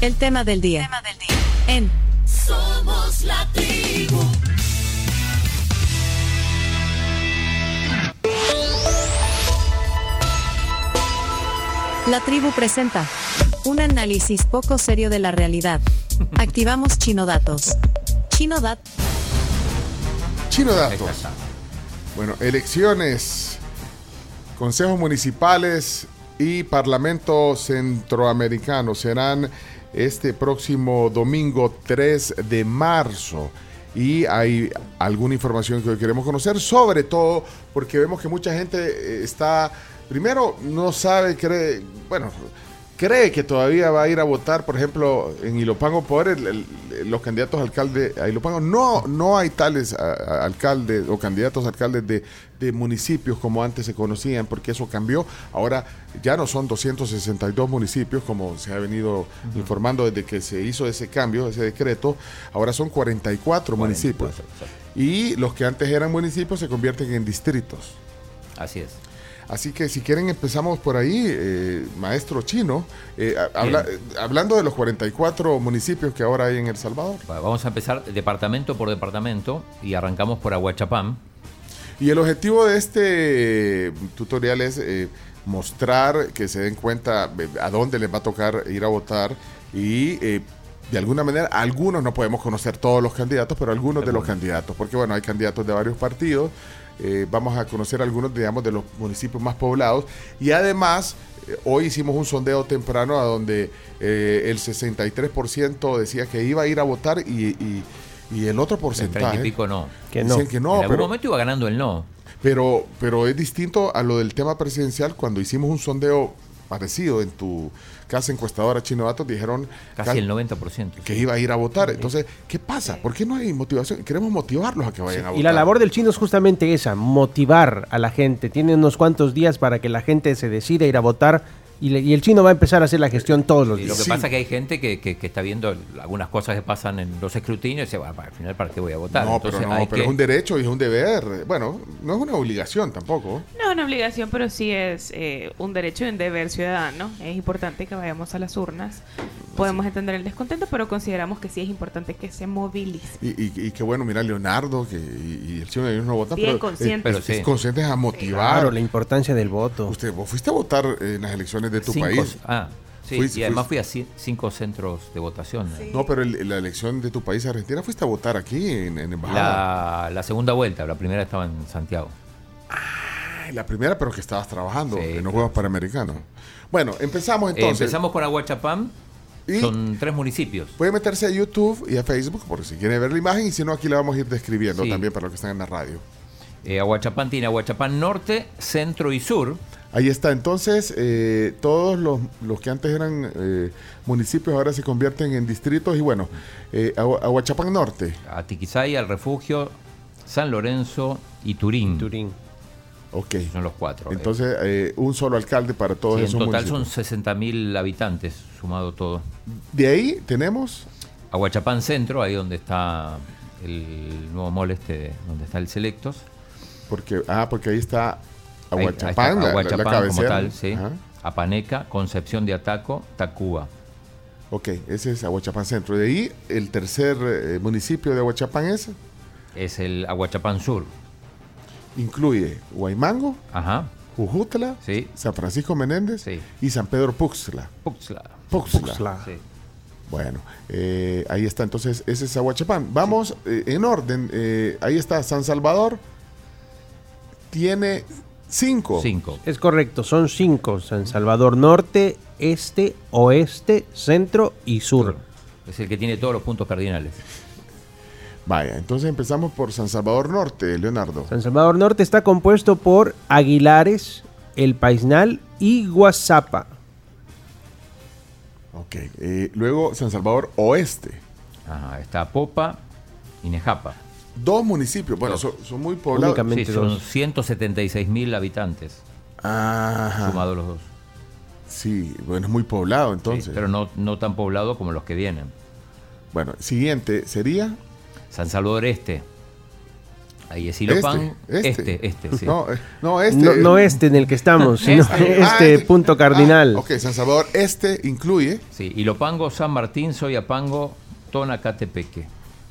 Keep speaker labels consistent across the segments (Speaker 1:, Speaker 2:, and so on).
Speaker 1: El tema del día. En
Speaker 2: Somos la tribu.
Speaker 1: La tribu presenta un análisis poco serio de la realidad. Activamos Chino Datos. Chino Dat.
Speaker 3: Chino Datos. Bueno, elecciones, consejos municipales y parlamento centroamericano serán este próximo domingo 3 de marzo. Y hay alguna información que hoy queremos conocer, sobre todo porque vemos que mucha gente eh, está, primero, no sabe, cree, bueno, cree que todavía va a ir a votar, por ejemplo, en Ilopango Poder, el- el- los candidatos a alcalde a Ilopango. No, no hay tales a- a- alcaldes o candidatos a alcaldes de, de municipios como antes se conocían, porque eso cambió. Ahora ya no son 262 municipios, como se ha venido informando desde que se hizo ese cambio, ese decreto. Ahora son 44 municipios. Y los que antes eran municipios se convierten en distritos.
Speaker 4: Así es.
Speaker 3: Así que si quieren empezamos por ahí, eh, maestro chino, eh, ha- habla- eh, hablando de los 44 municipios que ahora hay en El Salvador.
Speaker 4: Va- Vamos a empezar departamento por departamento y arrancamos por Aguachapán.
Speaker 3: Y el objetivo de este eh, tutorial es eh, mostrar que se den cuenta eh, a dónde les va a tocar ir a votar y eh, de alguna manera algunos no podemos conocer todos los candidatos, pero algunos de los candidatos, porque bueno, hay candidatos de varios partidos. eh, vamos a conocer algunos, digamos, de los municipios más poblados. Y además, eh, hoy hicimos un sondeo temprano a donde eh, el 63% decía que iba a ir a votar y, y- y el otro
Speaker 4: El 30 y
Speaker 3: porcentaje
Speaker 4: pico no.
Speaker 5: Que no.
Speaker 3: dicen que no,
Speaker 4: en algún
Speaker 3: pero,
Speaker 4: momento iba ganando el no.
Speaker 3: pero, pero es distinto a lo del tema presidencial. Cuando hicimos un sondeo parecido en tu casa encuestadora Chino Datos, dijeron
Speaker 4: Casi
Speaker 3: ca-
Speaker 4: el 90%.
Speaker 3: que iba a ir a votar. Entonces, ¿qué pasa? ¿Por qué no hay motivación? Queremos motivarlos a que vayan a votar.
Speaker 5: Y la labor del chino es justamente esa, motivar a la gente. Tiene unos cuantos días para que la gente se decida a ir a votar y, le- y el chino va a empezar a hacer la gestión todos los
Speaker 4: Y lo
Speaker 5: días.
Speaker 4: que
Speaker 3: Sí.
Speaker 4: pasa es que hay gente que, que- que está viendo algunas cosas que pasan en los escrutinios y dice, "Bueno, al final, ¿para qué voy a votar?
Speaker 3: No,
Speaker 4: Entonces
Speaker 3: pero, no,
Speaker 4: hay
Speaker 3: pero
Speaker 4: que-
Speaker 3: es un derecho y es un deber. Bueno, no es una obligación tampoco.
Speaker 6: No es una obligación, pero sí es eh, un derecho y un deber ciudadano. Es importante que vayamos a las urnas. Podemos entender el descontento, pero consideramos que sí es importante que se movilice.
Speaker 3: Y, y, y qué bueno, mira, Leonardo que, y, y el chino de ellos no votan.
Speaker 6: Bien
Speaker 3: pero,
Speaker 6: conscientes.
Speaker 3: pero
Speaker 4: Pero sí.
Speaker 3: conscientes a motivar.
Speaker 5: Claro, la importancia del voto.
Speaker 3: Usted, vos fuiste a votar en las elecciones de tu
Speaker 4: cinco-
Speaker 3: país.
Speaker 4: Ah, sí.
Speaker 3: Fuiste-
Speaker 4: y además
Speaker 3: fuiste-
Speaker 4: fui a ci- cinco centros de votación.
Speaker 3: No, pero el- la elección de tu país, Argentina, fuiste a votar aquí en, en embajada.
Speaker 4: La, la segunda vuelta, la primera estaba en Santiago.
Speaker 3: Ay, La primera, pero que estabas trabajando
Speaker 4: Sí,
Speaker 3: en los
Speaker 4: claro.
Speaker 3: Juegos Panamericanos. Bueno, empezamos
Speaker 4: Eh,
Speaker 3: entonces.
Speaker 4: empezamos con Aguachapán.
Speaker 3: Y-
Speaker 4: Son tres municipios.
Speaker 3: Puede meterse a YouTube y a Facebook porque si quieren ver la imagen y si no, aquí la vamos a ir describiendo
Speaker 4: Sí.
Speaker 3: también para los que están en la radio.
Speaker 4: Eh, Aguachapán tiene Aguachapán Norte, Centro y Sur.
Speaker 3: Ahí está, entonces eh, todos los, los que antes eran eh, municipios ahora se convierten en distritos y bueno, eh, Agua- Aguachapán Norte,
Speaker 4: Atiquizaya, El Refugio, San Lorenzo y Turín.
Speaker 5: Turín.
Speaker 3: ok.
Speaker 4: Son los cuatro.
Speaker 3: Entonces eh, un solo alcalde para
Speaker 4: Sí,
Speaker 3: todos
Speaker 4: en
Speaker 3: esos
Speaker 4: total son
Speaker 3: municipios.
Speaker 4: 60.000 habitantes, sumado todo.
Speaker 3: De ahí tenemos
Speaker 4: Aguachapán Centro, ahí donde está el nuevo mall este, donde está el Selectos.
Speaker 3: porque ah porque ahí está
Speaker 4: Ahí- ahí está
Speaker 3: Aguachapán, la- la- la,
Speaker 4: Aguachapán como
Speaker 3: cabecera.
Speaker 4: tal, sí.
Speaker 3: Ajá.
Speaker 4: Apaneca, Concepción de Ataco, Tacuba.
Speaker 3: Ok, ese es Aguachapán Centro. De ahí, el tercer eh, municipio de Aguachapán es,
Speaker 4: Es el Aguachapán Sur.
Speaker 3: incluye Guaymango,
Speaker 4: Ajá.
Speaker 3: Jujutla,
Speaker 4: Sí.
Speaker 3: San Francisco Menéndez
Speaker 4: Sí.
Speaker 3: y San Pedro Puxla.
Speaker 4: Puxla.
Speaker 3: Puxla.
Speaker 5: Puxla.
Speaker 4: Sí.
Speaker 3: Bueno, eh, ahí está. Entonces, ese es Aguachapán. Vamos eh, en orden. eh, ahí está San Salvador. Tiene cinco.
Speaker 4: Cinco.
Speaker 5: Es correcto, son cinco, San Salvador Norte, Este, Oeste, Centro y Sur.
Speaker 4: Es el que tiene todos los puntos cardinales.
Speaker 3: Vaya, entonces empezamos por San Salvador Norte, Leonardo.
Speaker 5: San Salvador Norte está compuesto por Aguilares, El Paisnal y Guazapa.
Speaker 3: Ok. eh, luego, San Salvador Oeste.
Speaker 4: Ajá. Está Popa y Nejapa.
Speaker 3: Dos municipios. Bueno,
Speaker 4: Dos.
Speaker 3: son, son muy poblados.
Speaker 5: Únicamente.
Speaker 4: Sí, son
Speaker 5: Dos.
Speaker 4: 176.000 habitantes,
Speaker 3: Ajá.
Speaker 4: sumados los dos. Sí,
Speaker 3: Sí, bueno, es muy poblado entonces.
Speaker 4: pero no, no tan poblado como los que vienen.
Speaker 3: Bueno, siguiente sería
Speaker 4: San Salvador Este. Ahí es Ilopan.
Speaker 3: Este,
Speaker 4: Este,
Speaker 3: este.
Speaker 4: este, sí.
Speaker 3: No, eh, no, este.
Speaker 5: No, no este en el que estamos, sino este,
Speaker 3: Ah,
Speaker 5: punto
Speaker 3: Ah,
Speaker 5: cardinal.
Speaker 3: ok, San Salvador, este incluye
Speaker 4: Sí, Ilopango, San Martín, Soyapango, Tonacatepeque.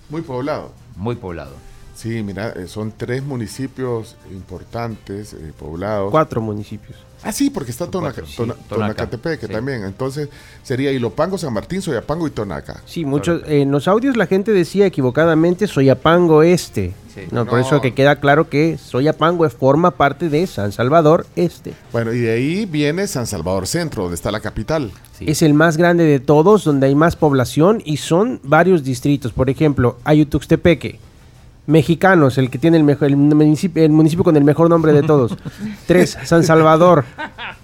Speaker 3: muy poblado.
Speaker 4: Muy poblado.
Speaker 3: Sí, mira, eh, son tres municipios importantes, eh, poblados.
Speaker 5: Cuatro municipios.
Speaker 3: Ah, sí, porque está
Speaker 4: Son
Speaker 3: Tonaca,
Speaker 4: cuatro, sí,
Speaker 3: Tona-
Speaker 4: Tonaca,
Speaker 3: Tonacatepeque
Speaker 4: sí.
Speaker 3: también. Entonces sería Ilopango, San Martín, Soyapango y Tonaca.
Speaker 5: Sí, muchos. En los audios la gente decía equivocadamente Soyapango Este.
Speaker 4: Sí.
Speaker 5: No, por
Speaker 3: No.
Speaker 5: eso que queda claro que Soyapango forma parte de San Salvador Este.
Speaker 3: Bueno, y de ahí viene San Salvador Centro, donde está la capital.
Speaker 4: Sí.
Speaker 5: Es el más grande de todos, donde hay más población y son varios distritos. Por ejemplo, Ayutuxtepeque, Mexicanos, el que tiene el, mejor, el, municipio, el municipio con el mejor nombre de todos. Tres, San Salvador,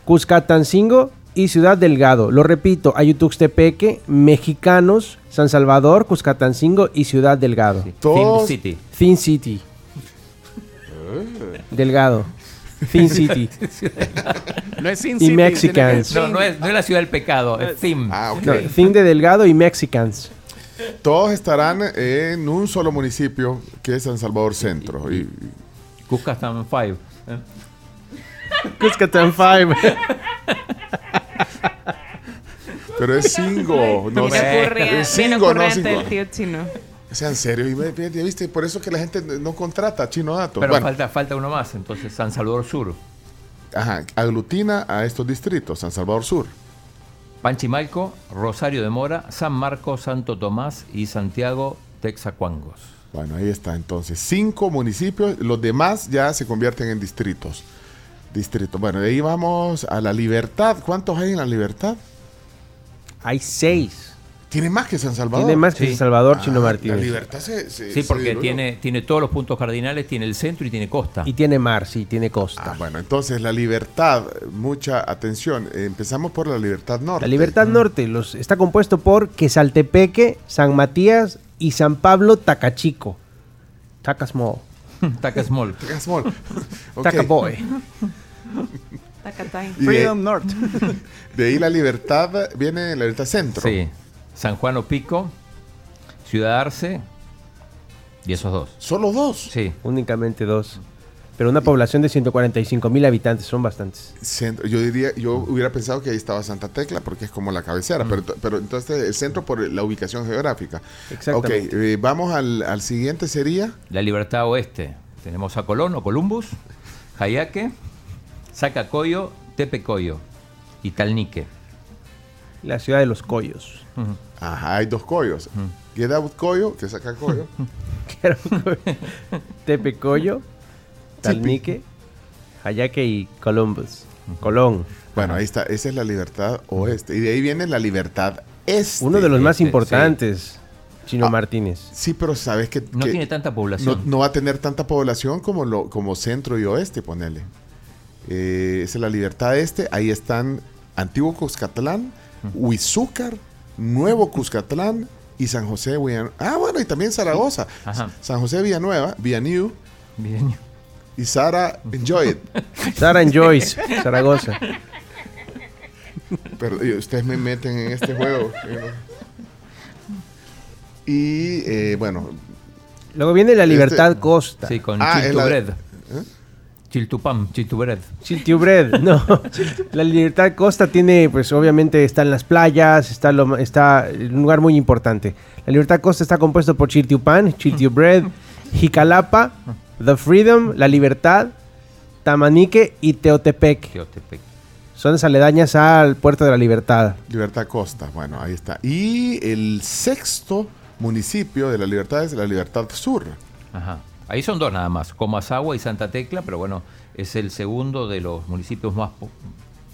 Speaker 5: Cuscatancingo y Ciudad Delgado. Lo repito, Ayutuxtepeque, Mexicanos, San Salvador, Cuscatancingo y Ciudad Delgado.
Speaker 4: Sí.
Speaker 3: Todos-
Speaker 4: Film City.
Speaker 5: Thin City. Delgado. Thin City.
Speaker 7: No es Sin
Speaker 5: Y
Speaker 7: City,
Speaker 5: Mexicans.
Speaker 7: tiene que-
Speaker 4: No, no es, no es la ciudad del pecado, es Thim.
Speaker 3: Ah, ok.
Speaker 5: No, thin de Delgado y Mexicans.
Speaker 3: Todos estarán en un solo municipio, que es San Salvador Centro. Y,
Speaker 4: Cuscastan Five. ¿eh?
Speaker 5: Cuscatan Five.
Speaker 3: pero es cinco, no
Speaker 6: Bien ocurrente-
Speaker 3: sé. Es
Speaker 6: bien
Speaker 3: cinco, no
Speaker 6: ocurrente
Speaker 3: cinco.
Speaker 6: el tío chino.
Speaker 3: Sean serios, y ve- ve- viste, por eso que la gente no contrata chino datos.
Speaker 4: Pero
Speaker 3: Bueno,
Speaker 4: falta, falta uno más, entonces San Salvador Sur.
Speaker 3: ajá, aglutina a estos distritos, San Salvador Sur.
Speaker 4: Panchimalco, Rosario de Mora, San Marcos, Santo Tomás y Santiago Texacuangos.
Speaker 3: Bueno, ahí está entonces. Cinco municipios, los demás ya se convierten en distritos. Distritos. Bueno, de ahí vamos a la libertad. ¿Cuántos hay en la libertad?
Speaker 5: Hay seis.
Speaker 3: Tiene más que San Salvador.
Speaker 5: Tiene más que
Speaker 4: Sí.
Speaker 5: San Salvador Chino
Speaker 3: Ah, La
Speaker 5: Martínez.
Speaker 3: libertad se. se-
Speaker 4: Sí,
Speaker 3: se
Speaker 4: porque
Speaker 3: diluyó.
Speaker 4: tiene, tiene todos los puntos cardinales, tiene el centro y tiene costa.
Speaker 5: Y tiene mar, sí, tiene
Speaker 3: Ah,
Speaker 5: costa.
Speaker 3: bueno, entonces la libertad, mucha atención. Eh, Empezamos por la libertad norte.
Speaker 5: La Libertad Norte los, está compuesto por Quesaltepeque, San Matías y San Pablo Tacachico. Tacasmo.
Speaker 4: Taca Small.
Speaker 3: Taca Small. Ok.
Speaker 5: Tacaboy.
Speaker 6: Tacatay.
Speaker 3: Y
Speaker 7: Freedom
Speaker 3: de,
Speaker 7: North.
Speaker 3: de ahí la libertad viene la libertad centro.
Speaker 4: Sí. San Juan Opico, Ciudad Arce y esos dos.
Speaker 3: Solo dos.
Speaker 4: Sí.
Speaker 5: Únicamente dos. Pero una población de 145 mil habitantes, son bastantes.
Speaker 3: Centro, yo diría, yo hubiera pensado que ahí estaba Santa Tecla porque es como la cabecera,
Speaker 4: Mm.
Speaker 3: pero, ento- pero entonces este, el centro por la ubicación geográfica.
Speaker 5: Exactamente.
Speaker 3: Ok, eh, vamos al, al siguiente sería
Speaker 4: La Libertad Oeste. Tenemos a Colón o Columbus, Jayaque, Zacacoyo, Tepecoyo y Talnique.
Speaker 5: La ciudad de los Collos.
Speaker 4: Ujú.
Speaker 3: Ajá, hay dos collos.
Speaker 4: Mm.
Speaker 3: Get out collo, que saca collo.
Speaker 5: Tepecoyo, Talnique, Hayaque y Columbus. Colón.
Speaker 3: bueno, ahí está, esa es la libertad oeste. Y de ahí viene la libertad este.
Speaker 5: Uno de los más
Speaker 4: este, sí.
Speaker 5: importantes, Chino
Speaker 3: Ah.
Speaker 5: Martínez.
Speaker 3: Sí, pero sabes que
Speaker 4: No
Speaker 3: que
Speaker 4: tiene tanta
Speaker 3: no,
Speaker 4: población.
Speaker 3: no va a tener tanta población como lo, como centro y oeste, ponele. Eh, esa es la libertad este. Ahí están Antiguo Cuscatlán, Huizúcar, Nuevo Cuscatlán y San José de Villanueva. Ah, bueno, y también Zaragoza.
Speaker 4: Ajá.
Speaker 3: San José de Villanueva, Villanueva
Speaker 4: Bien.
Speaker 3: y Sara Enjoy It.
Speaker 5: Sara en Joyce, Zaragoza.
Speaker 3: Pero eh, ustedes me meten en este juego. Y eh, bueno,
Speaker 5: Luego viene la
Speaker 3: Este-
Speaker 5: Libertad Costa.
Speaker 4: Sí, con
Speaker 3: Ah, es la de-
Speaker 4: Chiltubred. Chiltupam, Chiltubred.
Speaker 5: Chiltiubred, no. La Libertad Costa tiene, pues obviamente están las playas, está, lo, está un lugar muy importante. La Libertad Costa está compuesto por Chiltiupan, Chiltiubred, Jicalapa, The Freedom, La Libertad, Tamanique y Teotepec.
Speaker 4: Teotepec.
Speaker 5: Son las aledañas al Puerto de la Libertad.
Speaker 3: Libertad Costa, bueno, ahí está. Y el sexto municipio de la libertad es la Libertad Sur.
Speaker 4: Ajá. Ahí son dos nada más, Comasagua y Santa Tecla, pero bueno, es el segundo de los municipios más, po-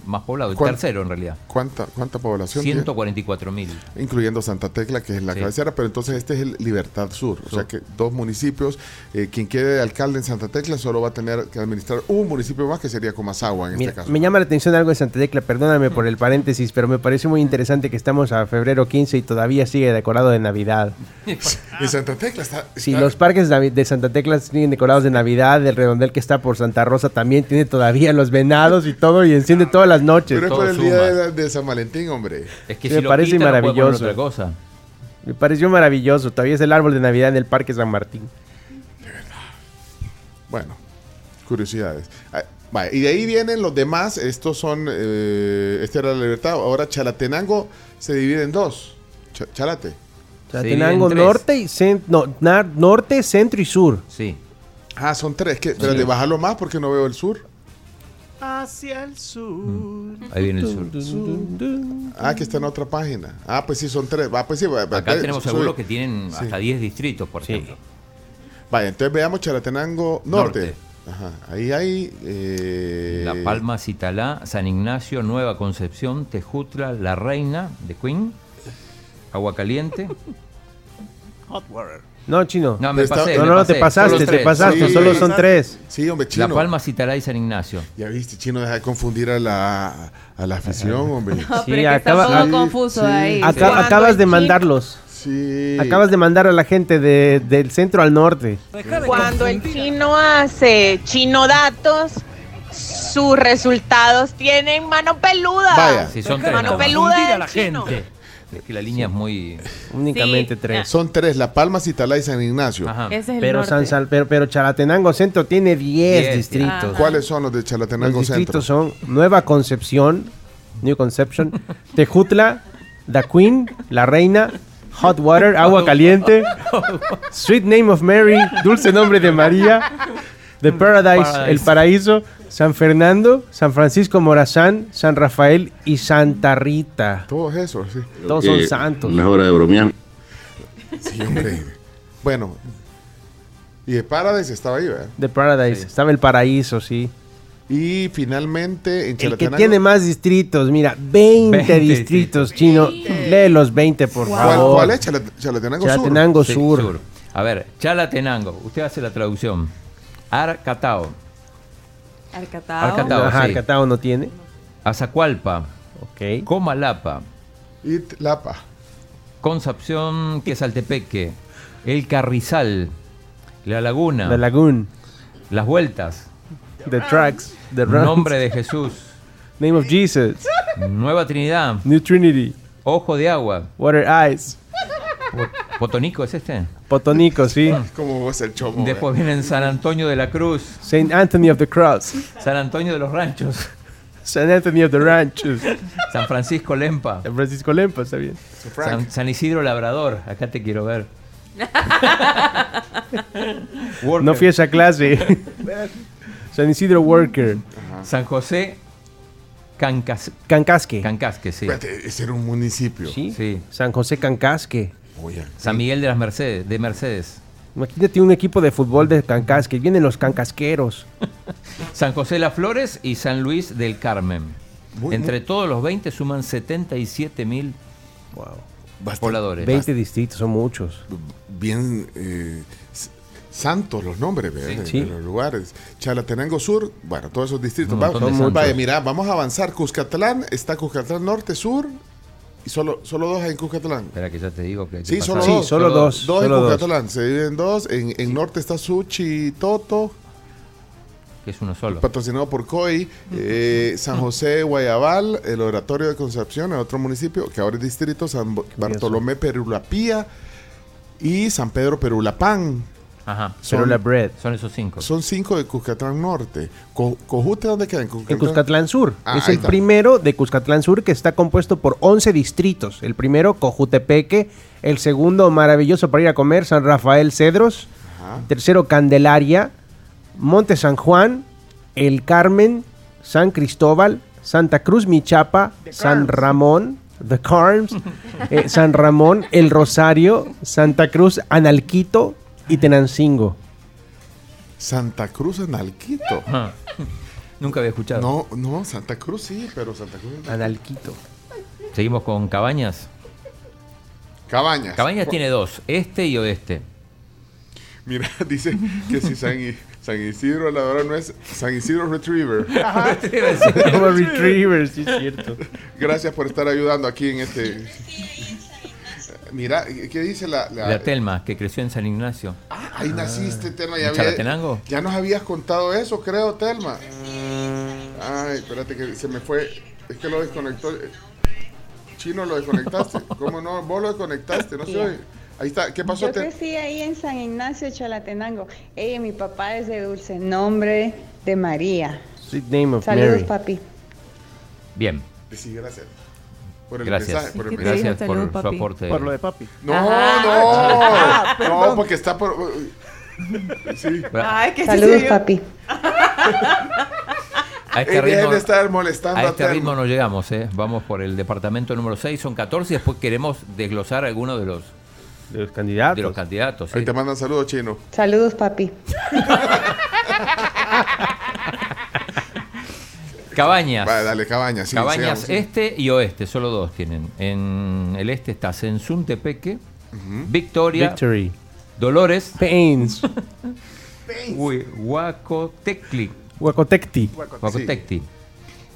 Speaker 4: más poblados, el
Speaker 3: ¿Cuál?
Speaker 4: tercero en realidad.
Speaker 3: ¿Cuánta, cuánta población? tiene?
Speaker 4: 144 mil.
Speaker 3: Incluyendo Santa Tecla, que es la
Speaker 4: Sí.
Speaker 3: cabecera, pero entonces este es el Libertad Sur. O
Speaker 4: Sur.
Speaker 3: sea que dos municipios, eh, quien quede de alcalde en Santa Tecla solo va a tener que administrar un municipio más que sería Comasagua en
Speaker 5: Mira,
Speaker 3: este caso.
Speaker 5: me llama la atención algo de Santa Tecla, perdóname por el paréntesis, pero me parece muy interesante que estamos a febrero 15 y todavía sigue decorado de Navidad.
Speaker 3: Y Santa Tecla está...
Speaker 5: Sí,
Speaker 3: está-
Speaker 5: los parques navi- de Santa Tecla tienen decorados de Navidad, el redondel que está por Santa Rosa también tiene todavía los venados y todo y enciende todas las noches.
Speaker 3: Pero es
Speaker 4: todo
Speaker 3: por el
Speaker 4: suma.
Speaker 3: día de, de San Valentín, hombre.
Speaker 4: Es que
Speaker 5: Me
Speaker 4: si lo
Speaker 5: parece
Speaker 4: quitan, no puede poner
Speaker 5: maravilloso.
Speaker 4: otra cosa.
Speaker 5: Me pareció maravilloso, todavía es el árbol de Navidad en el Parque San Martín.
Speaker 3: Bueno, curiosidades. Ah, vaya, y de ahí vienen los demás. Estos son. eh, esta era la libertad. Ahora Chalatenango se divide en dos. Cha- Chalate.
Speaker 5: Chalatenango,
Speaker 4: Sí, en tres.
Speaker 5: norte, y cen- no, na- norte, centro y sur.
Speaker 4: Sí.
Speaker 3: Ah, son tres. ¿Qué? Espérate, bájalo más porque no veo el sur.
Speaker 7: Hacia el sur.
Speaker 4: Ahí viene el sur.
Speaker 3: Ah, que está en otra página. Ah, pues sí, son tres. Ah, pues sí, va- va-
Speaker 4: Acá
Speaker 3: eh,
Speaker 4: tenemos
Speaker 3: soy-
Speaker 4: algunos que tienen
Speaker 3: Sí.
Speaker 4: hasta 10 distritos, por
Speaker 5: Sí.
Speaker 4: ejemplo.
Speaker 3: Vaya, entonces veamos Chalatenango Norte.
Speaker 4: Norte.
Speaker 3: Ajá. Ahí hay. eh,
Speaker 4: La Palma, Citalá, San Ignacio, Nueva Concepción, Tejutla, La Reina de Queen, Agua Caliente.
Speaker 7: Hot water.
Speaker 5: No, chino.
Speaker 4: No, me
Speaker 3: Está-
Speaker 4: pasé.
Speaker 3: no,
Speaker 4: me
Speaker 5: no,
Speaker 4: pasé.
Speaker 5: te pasaste,
Speaker 4: Son los
Speaker 5: te
Speaker 4: tres.
Speaker 5: pasaste,
Speaker 3: Sí.
Speaker 5: solo son tres.
Speaker 3: Sí, hombre, chino.
Speaker 4: La Palma, Citalá y San Ignacio.
Speaker 3: Ya viste, chino, deja de confundir a la, a la afición, hombre.
Speaker 6: No,
Speaker 5: Sí,
Speaker 6: pero es que
Speaker 5: acaba-
Speaker 6: está todo
Speaker 3: Sí, sí.
Speaker 6: confuso ahí.
Speaker 5: Aca-
Speaker 6: Cuando
Speaker 5: acabas
Speaker 6: el
Speaker 5: de
Speaker 6: chip-
Speaker 5: mandarlos.
Speaker 3: Sí.
Speaker 5: Acabas de mandar a la gente de- del centro al norte.
Speaker 8: Cuando el chino hace chino datos, sus resultados tienen mano peluda.
Speaker 3: Vaya.
Speaker 4: Sí, son tres.
Speaker 8: Mano
Speaker 4: nada más.
Speaker 8: peluda
Speaker 7: Confundir a
Speaker 8: del
Speaker 7: la
Speaker 8: chino.
Speaker 7: gente.
Speaker 9: Eh,
Speaker 4: Es que la línea es muy.
Speaker 5: Únicamente
Speaker 6: Sí,
Speaker 5: tres.
Speaker 3: Son tres, La Palma, Citalá y San Ignacio.
Speaker 4: Ajá.
Speaker 6: Ese es el
Speaker 5: Pero,
Speaker 6: norte.
Speaker 5: San Sal- pero, pero Chalatenango Centro tiene 10
Speaker 4: Diez,
Speaker 5: distritos.
Speaker 6: Ajá.
Speaker 3: ¿Cuáles son los de Chalatenango
Speaker 5: Los
Speaker 3: Centro?
Speaker 5: distritos son Nueva Concepción, New Conception, Tejutla, The Queen, La Reina, Hot Water, Agua Caliente, Sweet Name of Mary, Dulce Nombre de María, The Paradise,
Speaker 4: Paradise.
Speaker 5: El Paraíso, San Fernando, San Francisco Morazán, San Rafael y Santa Rita.
Speaker 3: Todos esos, sí.
Speaker 5: Todos son santos.
Speaker 9: eh, No es hora de bromear.
Speaker 3: Sí, hombre. bueno. Y de Paradise estaba ahí, ¿verdad?
Speaker 5: The Paradise, estaba El Paraíso, sí.
Speaker 3: Y finalmente en
Speaker 5: El que
Speaker 3: Chalatenango.
Speaker 5: tiene más distritos, mira, 20,
Speaker 4: 20
Speaker 5: distritos, chino. Lee los 20, por
Speaker 3: ¿Cuál,
Speaker 5: favor.
Speaker 3: cuál es Chalat- Chalatenango, Sur?
Speaker 5: Chalatenango
Speaker 4: Sí,
Speaker 5: Sur.
Speaker 4: sur. A ver, Chalatenango. Usted hace la traducción. Arcatao.
Speaker 6: Arcatao.
Speaker 4: Arcatao.
Speaker 5: Ajá,
Speaker 4: sí.
Speaker 5: Catao no tiene.
Speaker 4: Azacualpa.
Speaker 5: Ok.
Speaker 4: Comalapa.
Speaker 3: Y Lapa.
Speaker 4: Concepción, Quesaltepeque. El Carrizal. La Laguna.
Speaker 5: The Lagoon.
Speaker 4: Las Vueltas.
Speaker 5: The Tracks. The Rounds.
Speaker 4: Nombre de Jesús.
Speaker 5: Name of Jesus.
Speaker 4: Nueva Trinidad.
Speaker 5: New Trinity.
Speaker 4: Ojo de Agua.
Speaker 5: Water Eyes.
Speaker 4: Po- Potonico es este.
Speaker 5: Potonico, sí.
Speaker 3: Como vos el chomo. ¿verdad?
Speaker 4: Después vienen San Antonio de la Cruz.
Speaker 5: Saint Anthony of the Cross.
Speaker 4: San Antonio de los Ranchos.
Speaker 5: Saint Anthony of the Ranches.
Speaker 4: San Francisco Lempa.
Speaker 5: San Francisco Lempa, está bien.
Speaker 4: San, San Isidro Labrador. Acá te quiero ver. Worker.
Speaker 5: No fui a esa clase. San Isidro Worker.
Speaker 3: Ah.
Speaker 4: San José Cancas- eh,
Speaker 5: Cancasque.
Speaker 4: Cancasque, sí.
Speaker 3: Espérate, ese era un municipio.
Speaker 5: Sí.
Speaker 4: Sí.
Speaker 5: San José Cancasque.
Speaker 3: Oye,
Speaker 4: San Miguel de las Mercedes, de Mercedes.
Speaker 5: Imagínate un equipo de fútbol de Cancasque. Vienen los Cancasqueros.
Speaker 4: San José Las Flores y San Luis del Carmen.
Speaker 3: Muy-
Speaker 4: Entre todos los 20 suman 77 mil
Speaker 3: bastante-
Speaker 4: pobladores.
Speaker 5: 20 distritos, son muchos.
Speaker 3: bien eh, s- santos los nombres ¿verdad? de,
Speaker 5: Sí.
Speaker 3: de los lugares. Chalatenango Sur, bueno, todos esos distritos.
Speaker 4: Un
Speaker 3: Vamos,
Speaker 4: montón de
Speaker 3: vaya,
Speaker 4: santos.
Speaker 3: mira, vamos a avanzar. Cuscatlán, está Cuscatlán Norte, Sur, y solo, solo dos hay en Cuscatlán.
Speaker 4: Ah, Espera que ya te digo que hay que
Speaker 3: Sí, solo
Speaker 4: pasar.
Speaker 3: dos.
Speaker 5: Sí, solo dos.
Speaker 3: Dos en
Speaker 5: solo dos.
Speaker 3: Cuscatlán, se dividen dos. En, en Norte está Suchi, Toto,
Speaker 4: Que es uno solo.
Speaker 3: patrocinado por COI, eh, San José, Guayabal, el Oratorio de Concepción, en otro municipio, que ahora es distrito, San Bo- Bartolomé Perulapía y San Pedro Perulapán.
Speaker 4: Ajá.
Speaker 3: Son-
Speaker 5: Pero la bread.
Speaker 4: Son esos cinco.
Speaker 3: Son cinco de Cuscatlán Norte. Co- ¿Cojute dónde queda? En
Speaker 5: En Cuscatlán Sur.
Speaker 3: Ah,
Speaker 5: es
Speaker 3: ahí
Speaker 5: el
Speaker 3: está.
Speaker 5: primero de Cuscatlán Sur que está compuesto por 11 distritos. El primero, Cojutepeque. El segundo, maravilloso para ir a comer, San Rafael Cedros. Tercero, Candelaria. Monte San Juan. El Carmen. San Cristóbal. Santa Cruz Michapa. San Ramón. The Carms. eh, San Ramón. El Rosario. Santa Cruz Analquito. Y Tenancingo.
Speaker 3: Santa Cruz en Alquito.
Speaker 4: Ajá. Ah. Nunca había escuchado.
Speaker 3: No, no, Santa Cruz sí, pero Santa Cruz en
Speaker 5: Analquito.
Speaker 4: Seguimos con Cabañas.
Speaker 3: Cabañas.
Speaker 4: Cabañas tiene dos, este y oeste.
Speaker 3: Mira, dice que si San, I- San Isidro la verdad no es San Isidro Retriever.
Speaker 5: Como Retrievers, sí es cierto.
Speaker 3: Gracias por estar ayudando aquí en este. Mira, ¿qué dice la, la-
Speaker 4: La Telma, que creció en San Ignacio.
Speaker 3: Ah, Ahí naciste, Telma.
Speaker 4: ¿En
Speaker 3: Ya, había-
Speaker 4: Ah. Chalatenango?
Speaker 3: ya nos habías contado eso, creo, Telma. Ay, espérate que se me fue. Es que lo desconectó. Chino, lo desconectaste. ¿Cómo no? Vos lo desconectaste, no se oye. Ahí está. ¿Qué pasó?
Speaker 9: Yo
Speaker 3: Te-
Speaker 9: crecí ahí en San Ignacio, Chalatenango. Eh, mi papá es de dulce nombre de María.
Speaker 5: Sweet name of
Speaker 9: Saludos,
Speaker 5: Mary.
Speaker 9: papi.
Speaker 4: Bien,
Speaker 3: Eh, Sí, gracias. Por el
Speaker 4: gracias.
Speaker 3: mensaje. Por el
Speaker 6: ¿Qué te
Speaker 3: mensaje.
Speaker 4: Gracias
Speaker 6: dijo?
Speaker 4: por
Speaker 6: Salud,
Speaker 4: su
Speaker 6: papi.
Speaker 4: aporte.
Speaker 7: Por lo de papi.
Speaker 3: No,
Speaker 6: Ah,
Speaker 3: no.
Speaker 6: perdón.
Speaker 3: no, porque está por. Sí.
Speaker 4: Bueno,
Speaker 6: Ay, que
Speaker 9: Saludos,
Speaker 6: sí,
Speaker 9: papi.
Speaker 4: a
Speaker 3: Este
Speaker 4: este ritmo,
Speaker 3: de estar molestando
Speaker 4: a este
Speaker 3: Telma.
Speaker 4: ritmo no llegamos, ¿eh? Vamos por el departamento número 6, son 14 y después queremos desglosar algunos de los,
Speaker 5: De los
Speaker 4: de los
Speaker 5: candidatos.
Speaker 4: candidatos. ¿eh? ¿sí?
Speaker 3: Ahí te mandan saludos, chino.
Speaker 9: Saludos, papi.
Speaker 4: Cabañas.
Speaker 3: Vale, dale, cabañas. Sí,
Speaker 4: Cabañas
Speaker 3: sigamos.
Speaker 4: este y oeste, solo dos tienen. En el este está Sensuntepeque, Victoria,
Speaker 5: Victory.
Speaker 4: Dolores,
Speaker 5: Pains.
Speaker 4: Hui- Huacotecli,
Speaker 5: Huacotecti.
Speaker 4: Huacotecti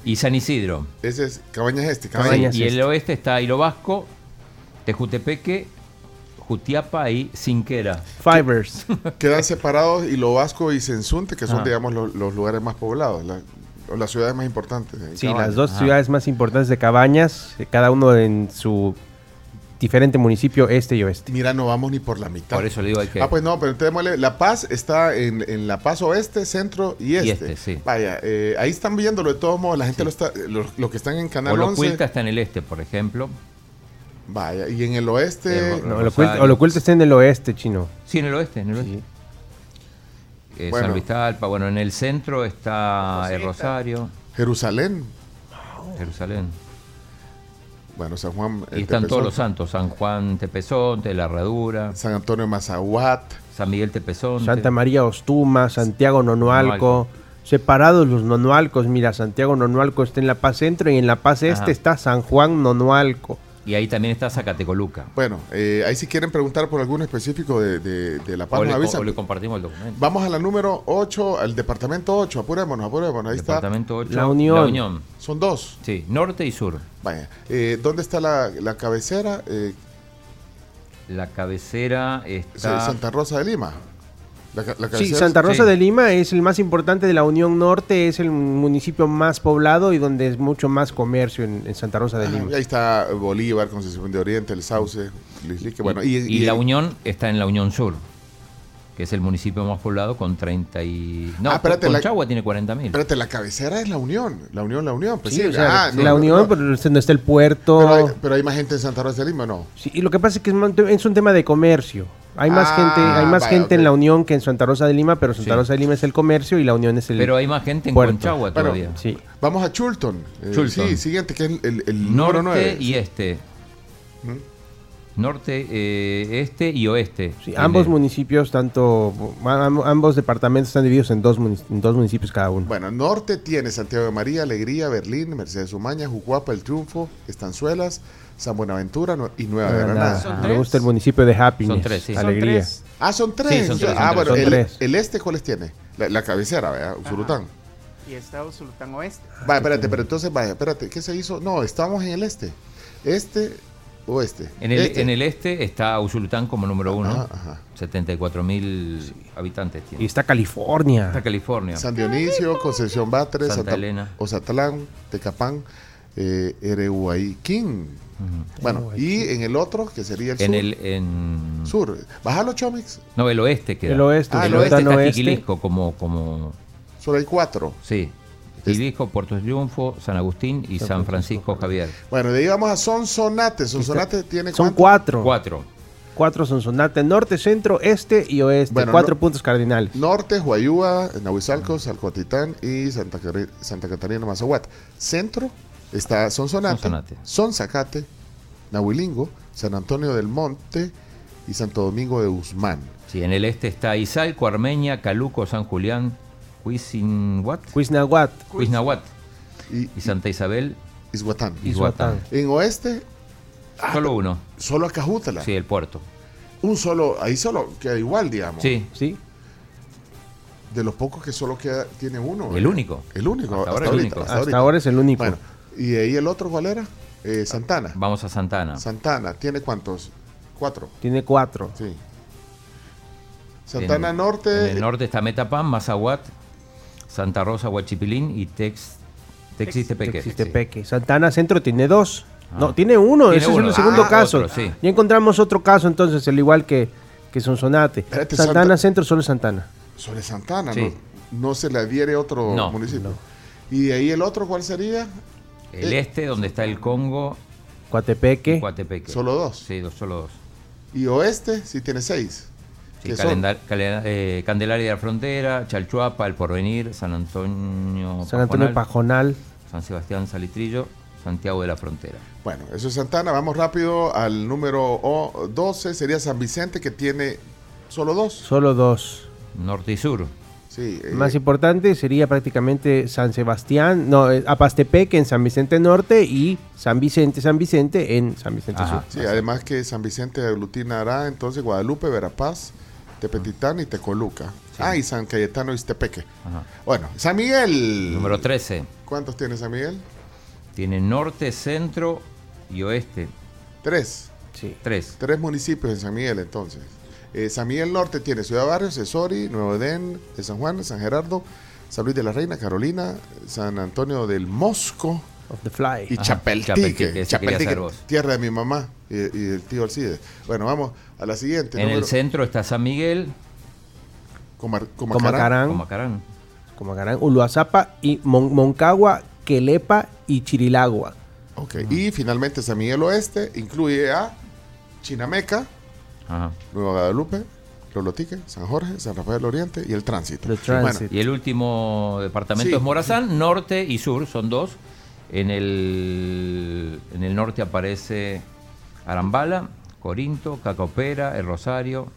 Speaker 4: y San Isidro.
Speaker 3: Ese es Cabañas este. Cabañas.
Speaker 5: Cabañas.
Speaker 4: y el
Speaker 5: este.
Speaker 4: oeste está Hilo Vasco, Tejutepeque, Jutiapa y Cinquera.
Speaker 5: Fibers.
Speaker 3: Quedan separados y lo vasco y Sensunte, que son,
Speaker 4: Ah.
Speaker 3: digamos, los, los lugares más poblados, la- o las ciudades más importantes. de
Speaker 5: Sí,
Speaker 3: Cabañas.
Speaker 5: las dos
Speaker 4: Ajá.
Speaker 5: ciudades más importantes de Cabañas, eh, cada uno en su diferente municipio este y oeste.
Speaker 3: Mira, no vamos ni por la mitad.
Speaker 4: Por eso le digo hay que...
Speaker 3: Ah, pues no, pero entonces démosle- La Paz está en, en La Paz Oeste, Centro y Este.
Speaker 4: este, sí.
Speaker 3: Vaya, eh, ahí están viéndolo de todos modos. La gente lo está, los que están en Canal
Speaker 4: Olocuilta
Speaker 3: 11.
Speaker 4: está en el este, por ejemplo.
Speaker 3: Vaya, y en el Oeste.
Speaker 4: Eh,
Speaker 5: No,
Speaker 4: Rosario.
Speaker 5: lo oculto, lo oculto está en el oeste, chino.
Speaker 4: Sí, en el oeste, en el oeste. Eh,
Speaker 3: Bueno.
Speaker 4: San Luis Talpa, bueno, en el centro está el Rosario,
Speaker 3: Jerusalén.
Speaker 4: Jerusalén.
Speaker 3: Bueno, San Juan. eh,
Speaker 4: Y están todos los
Speaker 3: Tepezón,
Speaker 4: santos, San Juan Tepezonte, La Herradura,
Speaker 3: San Antonio de Mazahuat.
Speaker 4: San Miguel Tepezonte.
Speaker 5: Santa María Ostuma, Santiago Nonualco.
Speaker 4: Nonualco.
Speaker 5: Separados los nonualcos, mira, Santiago Nonualco está en la paz centro y en la paz este
Speaker 4: Ajá.
Speaker 5: está San Juan Nonualco.
Speaker 4: Y ahí también está Zacatecoluca.
Speaker 3: Bueno, eh, ahí si quieren preguntar por alguno específico de, de- de La Paz,
Speaker 4: O
Speaker 3: nos
Speaker 4: le,
Speaker 3: avisan.
Speaker 4: o le compartimos el documento.
Speaker 3: Vamos a la número 8, al departamento 8. Apurémonos, apurémonos. Ahí está.
Speaker 4: Departamento 8,
Speaker 5: La Unión.
Speaker 3: Son dos.
Speaker 4: Sí, norte y sur.
Speaker 3: Vaya. eh, ¿Dónde está la, la cabecera? Eh,
Speaker 4: La cabecera está...
Speaker 3: Santa Rosa de Lima. La, ca- la
Speaker 5: Sí,
Speaker 3: cabecera-
Speaker 5: Santa Rosa
Speaker 4: sí.
Speaker 5: de Lima es el más importante de la Unión Norte, es el municipio más poblado y donde es mucho más comercio en, en Santa Rosa de
Speaker 3: Ah,
Speaker 5: Lima.
Speaker 3: ahí está Bolívar, Concepción de Oriente, El Sauce, Lislique, bueno, y,
Speaker 4: y,
Speaker 3: y-
Speaker 4: la Unión está en la Unión Sur, que es el municipio más poblado con 30 y... No,
Speaker 3: Ah, espérate, la-
Speaker 4: Conchagua tiene 40.000.
Speaker 3: Espérate, la cabecera es la Unión, la Unión, la Unión, pues
Speaker 5: Sí,
Speaker 3: sí,
Speaker 5: o sea,
Speaker 3: ah, no,
Speaker 5: la
Speaker 3: no,
Speaker 5: Unión,
Speaker 3: no. pero,
Speaker 5: pero no está el puerto.
Speaker 3: hay, pero hay más gente en Santa Rosa de Lima, ¿no?
Speaker 5: Sí, y lo que pasa es que es mon- es un tema de comercio. Hay más
Speaker 3: Ah,
Speaker 5: gente, hay más
Speaker 3: vaya,
Speaker 5: gente en
Speaker 3: ok.
Speaker 5: la Unión que en Santa Rosa de Lima, pero Santa
Speaker 4: Sí.
Speaker 5: Rosa de Lima es el comercio y la Unión es el
Speaker 4: Pero hay más gente en
Speaker 5: puerto.
Speaker 4: Conchagua
Speaker 3: Bueno,
Speaker 4: todavía.
Speaker 5: Sí.
Speaker 3: Vamos a Chulton. eh,
Speaker 4: Chulton.
Speaker 3: Sí, siguiente, que es el, el- el número ¿Mm?
Speaker 4: Norte
Speaker 3: 9.
Speaker 4: y este. Norte, eh, este y oeste.
Speaker 5: Sí,
Speaker 4: Tiene-
Speaker 5: ambos municipios, tanto am- ambos departamentos están divididos en dos, munici- en dos municipios cada uno.
Speaker 3: Bueno, Norte tiene Santiago de María, Alegría, Berlín, Mercedes Umaña, Jucuapa, El Triunfo, Estanzuelas, San Buenaventura no- y Nueva
Speaker 5: Ah,
Speaker 3: Granada.
Speaker 7: Son
Speaker 5: Me
Speaker 7: tres.
Speaker 5: gusta el municipio de Happiness.
Speaker 4: Son tres, sí. Son
Speaker 5: Alegría.
Speaker 7: Son
Speaker 3: Ah, son tres.
Speaker 4: son tres,
Speaker 3: ah,
Speaker 4: son
Speaker 3: bueno,
Speaker 5: tres.
Speaker 3: el,
Speaker 5: Son tres.
Speaker 3: el este, ¿cuáles tiene? La, la cabecera, ¿verdad? Usulután.
Speaker 7: tres. Y está Usulután Oeste.
Speaker 3: Vaya, espérate, pero entonces, vaya, espérate, ¿qué se hizo? No, estamos en el este. Este, oeste.
Speaker 4: En el,
Speaker 3: este.
Speaker 4: en el este está Usulután como número uno.
Speaker 3: Ajá, ajá.
Speaker 4: 74 mil habitantes tiene.
Speaker 5: Y está California.
Speaker 4: Está California.
Speaker 3: San Dionisio, Concepción Batres,
Speaker 4: Santa
Speaker 3: Santa
Speaker 4: Elena.
Speaker 3: Ozatlán, Tecapán, eh, Ereuaíquín. Bueno, y en el otro, que sería el
Speaker 4: En
Speaker 3: sur.
Speaker 4: el. En,
Speaker 3: sur. Bájalo, Chomix.
Speaker 4: no, el oeste queda.
Speaker 5: El oeste,
Speaker 3: Ah,
Speaker 4: el
Speaker 3: el
Speaker 4: oeste
Speaker 5: Usulután
Speaker 4: está
Speaker 5: oeste.
Speaker 4: Tiquilisco como. como
Speaker 3: Solo hay cuatro.
Speaker 4: sí. Tiquilisco, Puerto Triunfo, San Agustín y San Francisco Javier.
Speaker 3: Bueno, de ahí vamos a Sonsonate. Sonsonate tiene
Speaker 5: Son
Speaker 3: cuánto?
Speaker 5: cuatro.
Speaker 4: Cuatro.
Speaker 5: Cuatro son Sonate, norte, centro, este y oeste.
Speaker 3: Bueno,
Speaker 5: cuatro
Speaker 3: no-
Speaker 5: puntos cardinales.
Speaker 3: Norte, Huayúa, Nahuizalcos, Alcoatitán y Santa, Cari- Santa Catarina, Mazahuat. Centro está Sonsonate,
Speaker 4: Sonsonate.
Speaker 3: Sonsacate, Nahuilingo, San Antonio del Monte y Santo Domingo de Guzmán.
Speaker 4: Sí, en el este está Izalco, Armenia, Caluco, San Julián, Huizinhuat,
Speaker 5: Cuisnahuat,
Speaker 4: Huiznahuat
Speaker 3: Y
Speaker 4: y Santa Isabel,
Speaker 3: Izhuatán.
Speaker 4: Izhuatán.
Speaker 5: Izhuatán.
Speaker 3: En oeste, Ah,
Speaker 4: Solo uno.
Speaker 3: solo Acajutla.
Speaker 4: Sí, el puerto.
Speaker 3: Un solo, ahí solo queda igual, digamos.
Speaker 4: Sí.
Speaker 5: ¿sí?
Speaker 3: De los pocos que solo queda, tiene uno.
Speaker 4: El único.
Speaker 3: El único.
Speaker 4: Hasta
Speaker 3: Hasta,
Speaker 4: ahora el
Speaker 3: ahorita,
Speaker 4: único.
Speaker 3: hasta
Speaker 5: Hasta
Speaker 3: ahorita.
Speaker 5: ahora es el único.
Speaker 3: Bueno, y de ahí el otro, ¿cuál era?
Speaker 4: Ah,
Speaker 3: Eh, Santana.
Speaker 4: Vamos a Santana.
Speaker 3: Santana, ¿tiene cuántos? Cuatro.
Speaker 5: Tiene cuatro.
Speaker 3: Sí. Santana
Speaker 4: En-
Speaker 3: Norte.
Speaker 4: En el norte está Metapán, Mazahuat, Santa Rosa, Huachipilín y Tex, Texitepeque.
Speaker 5: Texitepeque. Santana Centro tiene dos. No, tiene uno,
Speaker 4: Ah. Tiene
Speaker 5: ese
Speaker 4: uno.
Speaker 5: es el segundo
Speaker 4: Ah,
Speaker 5: caso.
Speaker 4: otro, sí.
Speaker 5: Ya encontramos otro caso entonces, el igual que, que Sonsonate.
Speaker 3: Espérate,
Speaker 5: Santana
Speaker 3: Santa-
Speaker 5: Centro, solo Santana.
Speaker 3: Sobre Santana,
Speaker 4: Sí.
Speaker 3: ¿no? No se le adhiere otro
Speaker 4: No,
Speaker 3: municipio. ¿Y de ahí el otro cuál sería?
Speaker 4: El
Speaker 3: Eh,
Speaker 4: este, donde está el Congo,
Speaker 5: Coatepeque.
Speaker 4: Coatepeque.
Speaker 3: Solo dos.
Speaker 4: Sí, dos- solo dos.
Speaker 3: Y oeste, si tiene seis.
Speaker 4: Sí,
Speaker 3: que son
Speaker 4: Calendar- Calen- eh, Candelaria de la Frontera, Chalchuapa, El Porvenir, San Antonio,
Speaker 5: San Antonio
Speaker 4: Pajonal,
Speaker 5: Pajonal.
Speaker 4: San Sebastián Salitrillo, Santiago de la Frontera.
Speaker 3: Bueno, eso es Santana. Vamos rápido al número o- 12. Sería San Vicente, que tiene solo dos.
Speaker 5: Solo dos.
Speaker 4: Norte y Sur.
Speaker 3: Sí, eh,
Speaker 5: Más importante sería prácticamente San Sebastián, no, eh, Apastepeque en San Vicente Norte y San Vicente, San Vicente en San Vicente
Speaker 4: Ajá.
Speaker 5: Sur.
Speaker 3: sí, además que San Vicente aglutinará entonces Guadalupe, Verapaz, Tepetitán y Tecoluca. Ah, y San Cayetano y Tepeque.
Speaker 4: Ajá.
Speaker 3: Bueno, San Miguel.
Speaker 4: Número 13.
Speaker 3: ¿Cuántos tiene San Miguel?
Speaker 4: Tiene norte, centro y oeste.
Speaker 3: Tres.
Speaker 5: Sí.
Speaker 4: Tres.
Speaker 3: Tres municipios en San Miguel entonces. Eh, San Miguel Norte tiene Ciudad Barrios, Cesori, Nuevo Edén, eh, San Juan, San Gerardo, San Luis de la Reina, Carolina, San Antonio del Mosco
Speaker 5: Of the Fly.
Speaker 3: y
Speaker 4: Ajá, Chapeltique,
Speaker 3: Chapeltique.
Speaker 4: ese quería
Speaker 3: Chapeltique,
Speaker 4: ser vos.
Speaker 3: tierra de mi mamá y, y el tío Alcides. Bueno, vamos a la siguiente.
Speaker 4: En el
Speaker 3: número-
Speaker 4: centro está San Miguel,
Speaker 3: Comar- Comacarán.
Speaker 5: Comacarán,
Speaker 4: Comacarán.
Speaker 5: Comacarán, Uluazapa y Mon- Moncagua, Quelepa y Chirilagua.
Speaker 3: Ok, Y finalmente San Miguel Oeste incluye a Chinameca,
Speaker 4: Ajá.
Speaker 3: Nueva Guadalupe, Lolotique, San Jorge, San Rafael del Oriente y el Tránsito.
Speaker 5: The Transit.
Speaker 4: Y el último departamento
Speaker 3: Sí.
Speaker 4: es Morazán, norte y sur, son dos. En el, en el norte aparece Arambala, Corinto, Cacopera, El Rosario,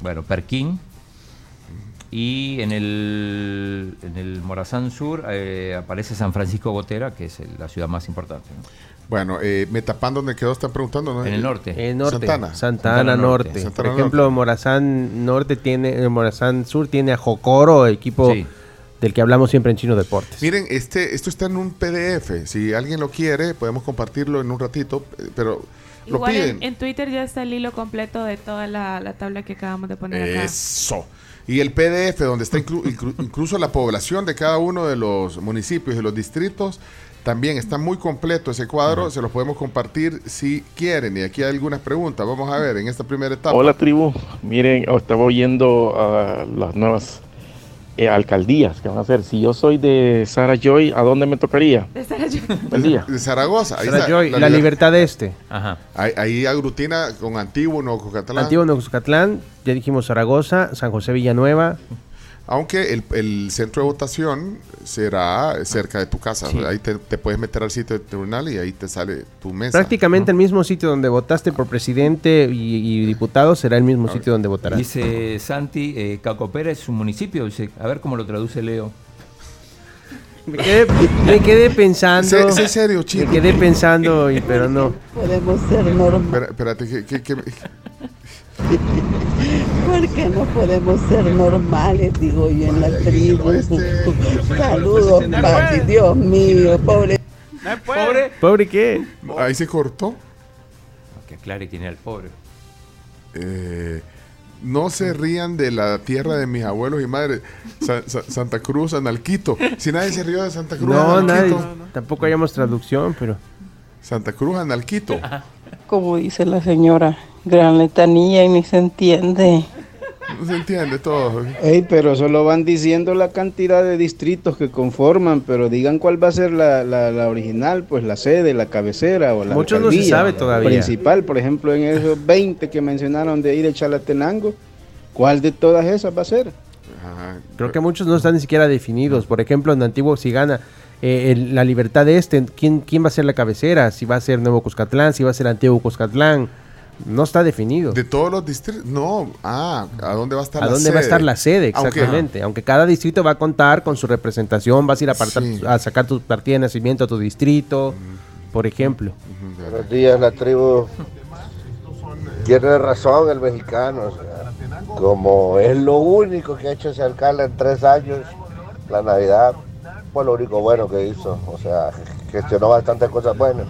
Speaker 4: bueno, Perquín. Y en el, en el Morazán Sur eh, aparece San Francisco Gotera, que es el- la ciudad más importante. ¿no?
Speaker 3: Bueno, eh, me tapan donde quedó, están preguntando. ¿no?
Speaker 4: En el norte.
Speaker 5: Eh, norte,
Speaker 3: Santana.
Speaker 5: Santana,
Speaker 4: Santana
Speaker 5: Norte.
Speaker 4: Norte.
Speaker 3: Santana
Speaker 5: Por ejemplo,
Speaker 3: Norte.
Speaker 5: Morazán Norte tiene, eh, Morazán Sur tiene a Jocoro, equipo
Speaker 4: Sí.
Speaker 5: del que hablamos siempre en Chino Deportes.
Speaker 3: Miren, este, esto está en un PDF. Si alguien lo quiere, podemos compartirlo en un ratito, eh, pero lo
Speaker 6: Igual
Speaker 3: piden.
Speaker 6: en, en Twitter ya está el hilo completo de toda la, la tabla que acabamos de poner acá.
Speaker 3: Eso. Y el PDF, donde está inclu- inclu- incluso la población de cada uno de los municipios y los distritos, también está muy completo ese cuadro. Se los podemos compartir si quieren. Y aquí hay algunas preguntas. Vamos a ver en esta primera etapa.
Speaker 10: Hola tribu, miren, oh, estaba oyendo a las nuevas eh, alcaldías que van a hacer. Si yo soy de Sara Joy, ¿a dónde me tocaría?
Speaker 6: De estar allí.
Speaker 10: El día.
Speaker 3: De Zaragoza. Ahí,
Speaker 5: Sara
Speaker 3: está,
Speaker 5: Joy, la,
Speaker 3: liber-
Speaker 5: libertad este.
Speaker 4: Ajá.
Speaker 3: ahí, ahí aglutina con Antíbuno, con Catalán.
Speaker 5: Antiguo Noxcatlán, ya dijimos Zaragoza, San José Villanueva,
Speaker 3: Aunque el, el centro de votación será cerca de tu casa. Ahí te, te puedes meter al sitio del tribunal y ahí te sale tu mesa.
Speaker 5: prácticamente el mismo sitio donde votaste por presidente y, y diputado será el mismo sitio donde votarás.
Speaker 4: Dice Santi, eh, Cacopera es un municipio. Dice, a ver cómo lo traduce Leo.
Speaker 5: Me quedé, me quedé pensando.
Speaker 3: Sé- sé serio, chico.
Speaker 5: Me quedé pensando, y, pero no.
Speaker 11: Podemos ser normales,
Speaker 3: Espera- espérate, ¿qué- qué- qué-
Speaker 11: porque no podemos ser normales, digo yo, en la tribu. Saludos, papi, Dios mío, pobre.
Speaker 7: No puede.
Speaker 4: ¿Pobre?
Speaker 5: ¿Pobre qué?
Speaker 3: Ahí se cortó.
Speaker 4: Que aclare quién era el pobre.
Speaker 3: Eh, no se rían de la tierra de mis abuelos y madres. Sa- Sa- Santa Cruz, Analquito. Si nadie se rió de Santa Cruz,
Speaker 5: No, nadie.
Speaker 3: Analquito.
Speaker 5: Tampoco hayamos traducción, pero.
Speaker 3: Santa Cruz, Analquito.
Speaker 11: Como dice la señora, gran letanía y ni se entiende.
Speaker 3: No se entiende todo.
Speaker 12: Ey, pero solo van diciendo la cantidad de distritos que conforman, pero digan cuál va a ser la, la- la original, pues la sede, la cabecera o la
Speaker 5: Muchos no se
Speaker 12: alcaldía
Speaker 5: sabe todavía.
Speaker 12: principal, por ejemplo, en esos 20 que mencionaron de ir a Chalatenango, ¿cuál de todas esas va a ser?
Speaker 3: Ajá.
Speaker 5: Creo que muchos no están ni siquiera definidos. Por ejemplo, en Antiguo, si gana eh, el- la libertad de este, ¿quién, ¿quién va a ser la cabecera? Si va a ser Nuevo Cuscatlán, si va a ser Antiguo Cuscatlán. No está definido.
Speaker 3: De todos los distritos. No, ah, ¿a dónde va a estar
Speaker 5: ¿A
Speaker 3: la
Speaker 5: dónde
Speaker 3: sede?
Speaker 5: va a estar la sede?
Speaker 3: Ah, ok.
Speaker 5: Exactamente. Aunque cada distrito va a contar con su representación, vas a ir a, apartar-
Speaker 3: Sí.
Speaker 5: a sacar tu partida de nacimiento a tu distrito, por ejemplo.
Speaker 3: Ujú,
Speaker 10: días, la tribu. Tiene razón el mexicano. como es lo único que ha hecho ese alcalde en tres años, la Navidad fue lo único bueno que hizo. O sea, gestionó bastantes cosas buenas.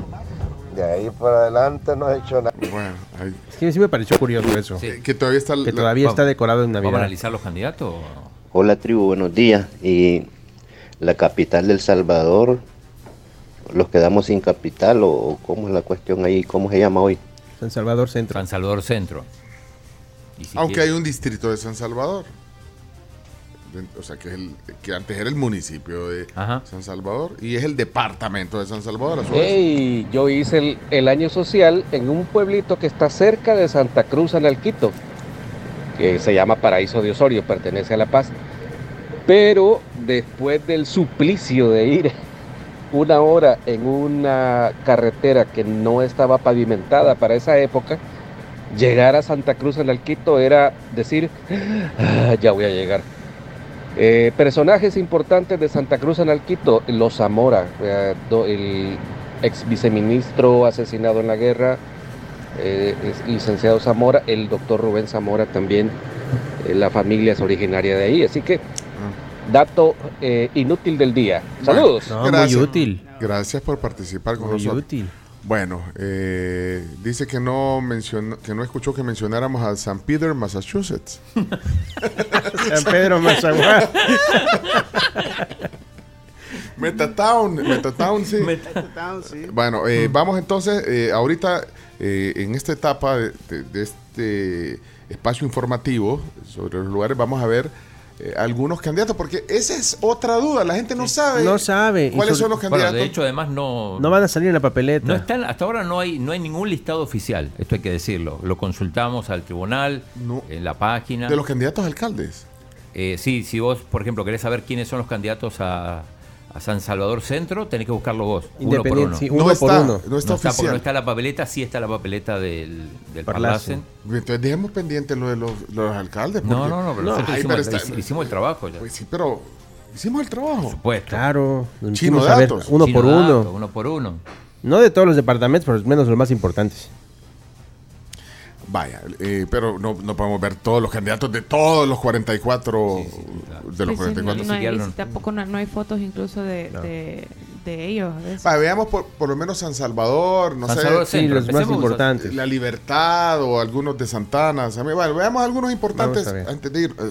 Speaker 10: De ahí para adelante no ha hecho nada.
Speaker 3: Bueno, ahí-
Speaker 5: Es que sí me pareció curioso eso.
Speaker 4: Sí.
Speaker 3: que todavía está.
Speaker 5: Que
Speaker 3: la-
Speaker 5: todavía
Speaker 4: vamos-
Speaker 5: está decorado en
Speaker 4: ¿Vamos a
Speaker 5: Navidad.
Speaker 4: analizar los candidatos? o no?
Speaker 10: Hola tribu, buenos días. Y la capital del Salvador,
Speaker 13: los quedamos sin capital o, o cómo es la cuestión ahí, cómo se llama hoy.
Speaker 5: San Salvador Centro.
Speaker 4: San Salvador Centro. Y si
Speaker 3: Aunque
Speaker 4: quiere-
Speaker 3: hay un distrito de San Salvador. De- O sea, que, es el, que antes era el municipio de San Salvador y es el departamento de San Salvador. a su vez.
Speaker 14: Hey, yo hice el, el año social en un pueblito que está cerca de Santa Cruz, en Alquito, que se llama Paraíso de Osorio, pertenece a La Paz. Pero después del suplicio de ir una hora en una carretera que no estaba pavimentada para esa época, llegar a Santa Cruz, en Alquito, era decir, "Ah, ya voy a llegar. Eh, personajes importantes de Santa Cruz en Alquito, los Zamora, eh, do- el ex viceministro asesinado en la guerra, eh, es licenciado Zamora, el doctor Rubén Zamora también, eh, la familia es originaria de ahí, así que dato eh, inútil del día. Saludos.
Speaker 3: útil. Gracias por participar con
Speaker 5: Muy
Speaker 3: nosotros.
Speaker 5: útil.
Speaker 3: Bueno, eh, dice que no mencionó, que no escuchó que mencionáramos a San Peter, Massachusetts.
Speaker 5: San Pedro Mazaguá.
Speaker 3: Metatown, Metatown, sí.
Speaker 7: Metatown, Ah, sí.
Speaker 3: Bueno, eh,
Speaker 5: Mm.
Speaker 3: vamos entonces, eh, ahorita eh, en esta etapa de, de- de este espacio informativo sobre los lugares, vamos a ver eh, algunos candidatos, porque esa es otra duda, la gente no sabe.
Speaker 5: No sabe. Y
Speaker 3: ¿Cuáles son
Speaker 5: sobre-
Speaker 3: los
Speaker 4: Bueno,
Speaker 3: candidatos?
Speaker 4: de hecho, además no...
Speaker 5: No van a salir en la papeleta.
Speaker 4: No están, hasta ahora no hay, no hay ningún listado oficial, esto hay que decirlo. Lo consultamos al tribunal, en la página.
Speaker 3: De los candidatos a alcaldes.
Speaker 4: Eh, sí, si vos, por ejemplo, querés saber quiénes son los candidatos a, a San Salvador Centro, tenés que buscarlo vos, uno por
Speaker 5: Independiente,
Speaker 4: uno.
Speaker 5: sí, uno No por está, uno.
Speaker 3: no está
Speaker 4: porque
Speaker 3: oficial.
Speaker 4: no está la papeleta, sí está la papeleta del, del
Speaker 3: Parlacen.
Speaker 4: Parlacen.
Speaker 3: Entonces dejemos pendiente lo de los, lo de los alcaldes.
Speaker 4: No,
Speaker 3: porque-
Speaker 4: no, no, pero nosotros
Speaker 3: ay,
Speaker 4: hicimos,
Speaker 3: pero está-
Speaker 4: hic- hicimos el trabajo ya.
Speaker 3: Pues sí, pero hicimos el trabajo.
Speaker 4: Pues,
Speaker 5: Claro. nos
Speaker 3: Chino
Speaker 5: metimos a ver
Speaker 3: datos.
Speaker 5: Uno
Speaker 4: Chino
Speaker 5: por
Speaker 4: dato,
Speaker 5: uno.
Speaker 4: uno por uno.
Speaker 5: No de todos los departamentos, pero menos los más importantes.
Speaker 3: Vaya, eh, pero no, no podemos ver todos los candidatos de todos los 44. De los
Speaker 6: Pues Sí, sí, no,
Speaker 3: 44.
Speaker 6: no hay, y si tampoco no, no hay fotos incluso de, de, de ellos. de eso.
Speaker 3: Ah, veamos por, por lo menos San Salvador, no
Speaker 5: San
Speaker 3: sé. eh,
Speaker 5: Salvador Sí, Centro, los más empecemos. importantes.
Speaker 3: La Libertad o algunos de Santana. San- Bueno, veamos algunos importantes
Speaker 4: Vamos a ver.
Speaker 3: antes de ir. Eh,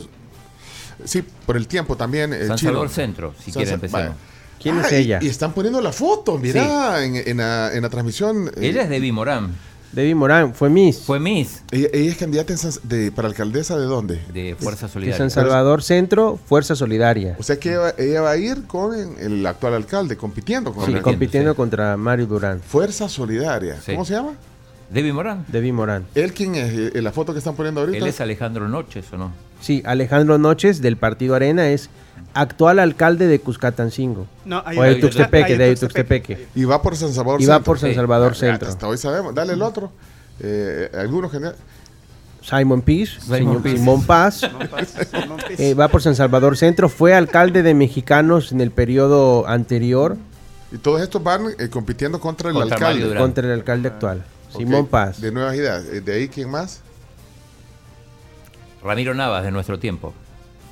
Speaker 3: Sí, por el tiempo también. eh,
Speaker 4: San
Speaker 3: Chino.
Speaker 4: Salvador Centro, si
Speaker 3: San
Speaker 4: quiere
Speaker 3: Sa-
Speaker 4: empecemos.
Speaker 3: vaya. Ah, y- Y, están poniendo la foto, mirá, en, en la, en la transmisión. eh,
Speaker 4: Ella es Debbie Morán,
Speaker 5: Debbie Morán, fue Miss.
Speaker 4: Fue Miss.
Speaker 3: Ella, ella es candidata en San- de- para alcaldesa de dónde?
Speaker 4: de Fuerza
Speaker 5: De
Speaker 4: Solidaria.
Speaker 5: San Salvador Centro, Fuerza Solidaria.
Speaker 3: O sea que ella, ella va a ir con el actual alcalde, compitiendo con
Speaker 5: Sí,
Speaker 3: el
Speaker 5: compitiendo contra Mario Durán.
Speaker 3: Fuerza Solidaria.
Speaker 4: Sí.
Speaker 3: ¿Cómo se llama?
Speaker 4: Debbie Morán.
Speaker 5: Debbie Morán.
Speaker 3: ¿Él quién es? Eh, eh, La foto que están poniendo ahorita.
Speaker 4: Él es Alejandro Noches, ¿o no?
Speaker 5: Sí, Alejandro Noches del Partido Arena es actual alcalde de Cuscatancingo.
Speaker 7: No,
Speaker 5: o de Tuxtepeque, de Tuxtepeque.
Speaker 3: Y va por San Salvador
Speaker 5: Y va por San Salvador Centro.
Speaker 3: Hasta hoy sabemos. Dale el otro. Eh, algunos generales.
Speaker 5: Simon Pease,
Speaker 3: Simon
Speaker 5: señor
Speaker 3: Pease.
Speaker 5: Simón Paz. Eh, va por San Salvador Centro, fue alcalde de Mexicanos en el periodo anterior
Speaker 3: Y todos estos van eh, compitiendo contra el
Speaker 5: Contra Mario
Speaker 3: alcalde.
Speaker 5: Durán. Contra el alcalde actual, Simón Paz.
Speaker 3: De nuevas ideas. Eh, De ahí, ¿quién más?
Speaker 4: Ramiro Navas, de nuestro tiempo.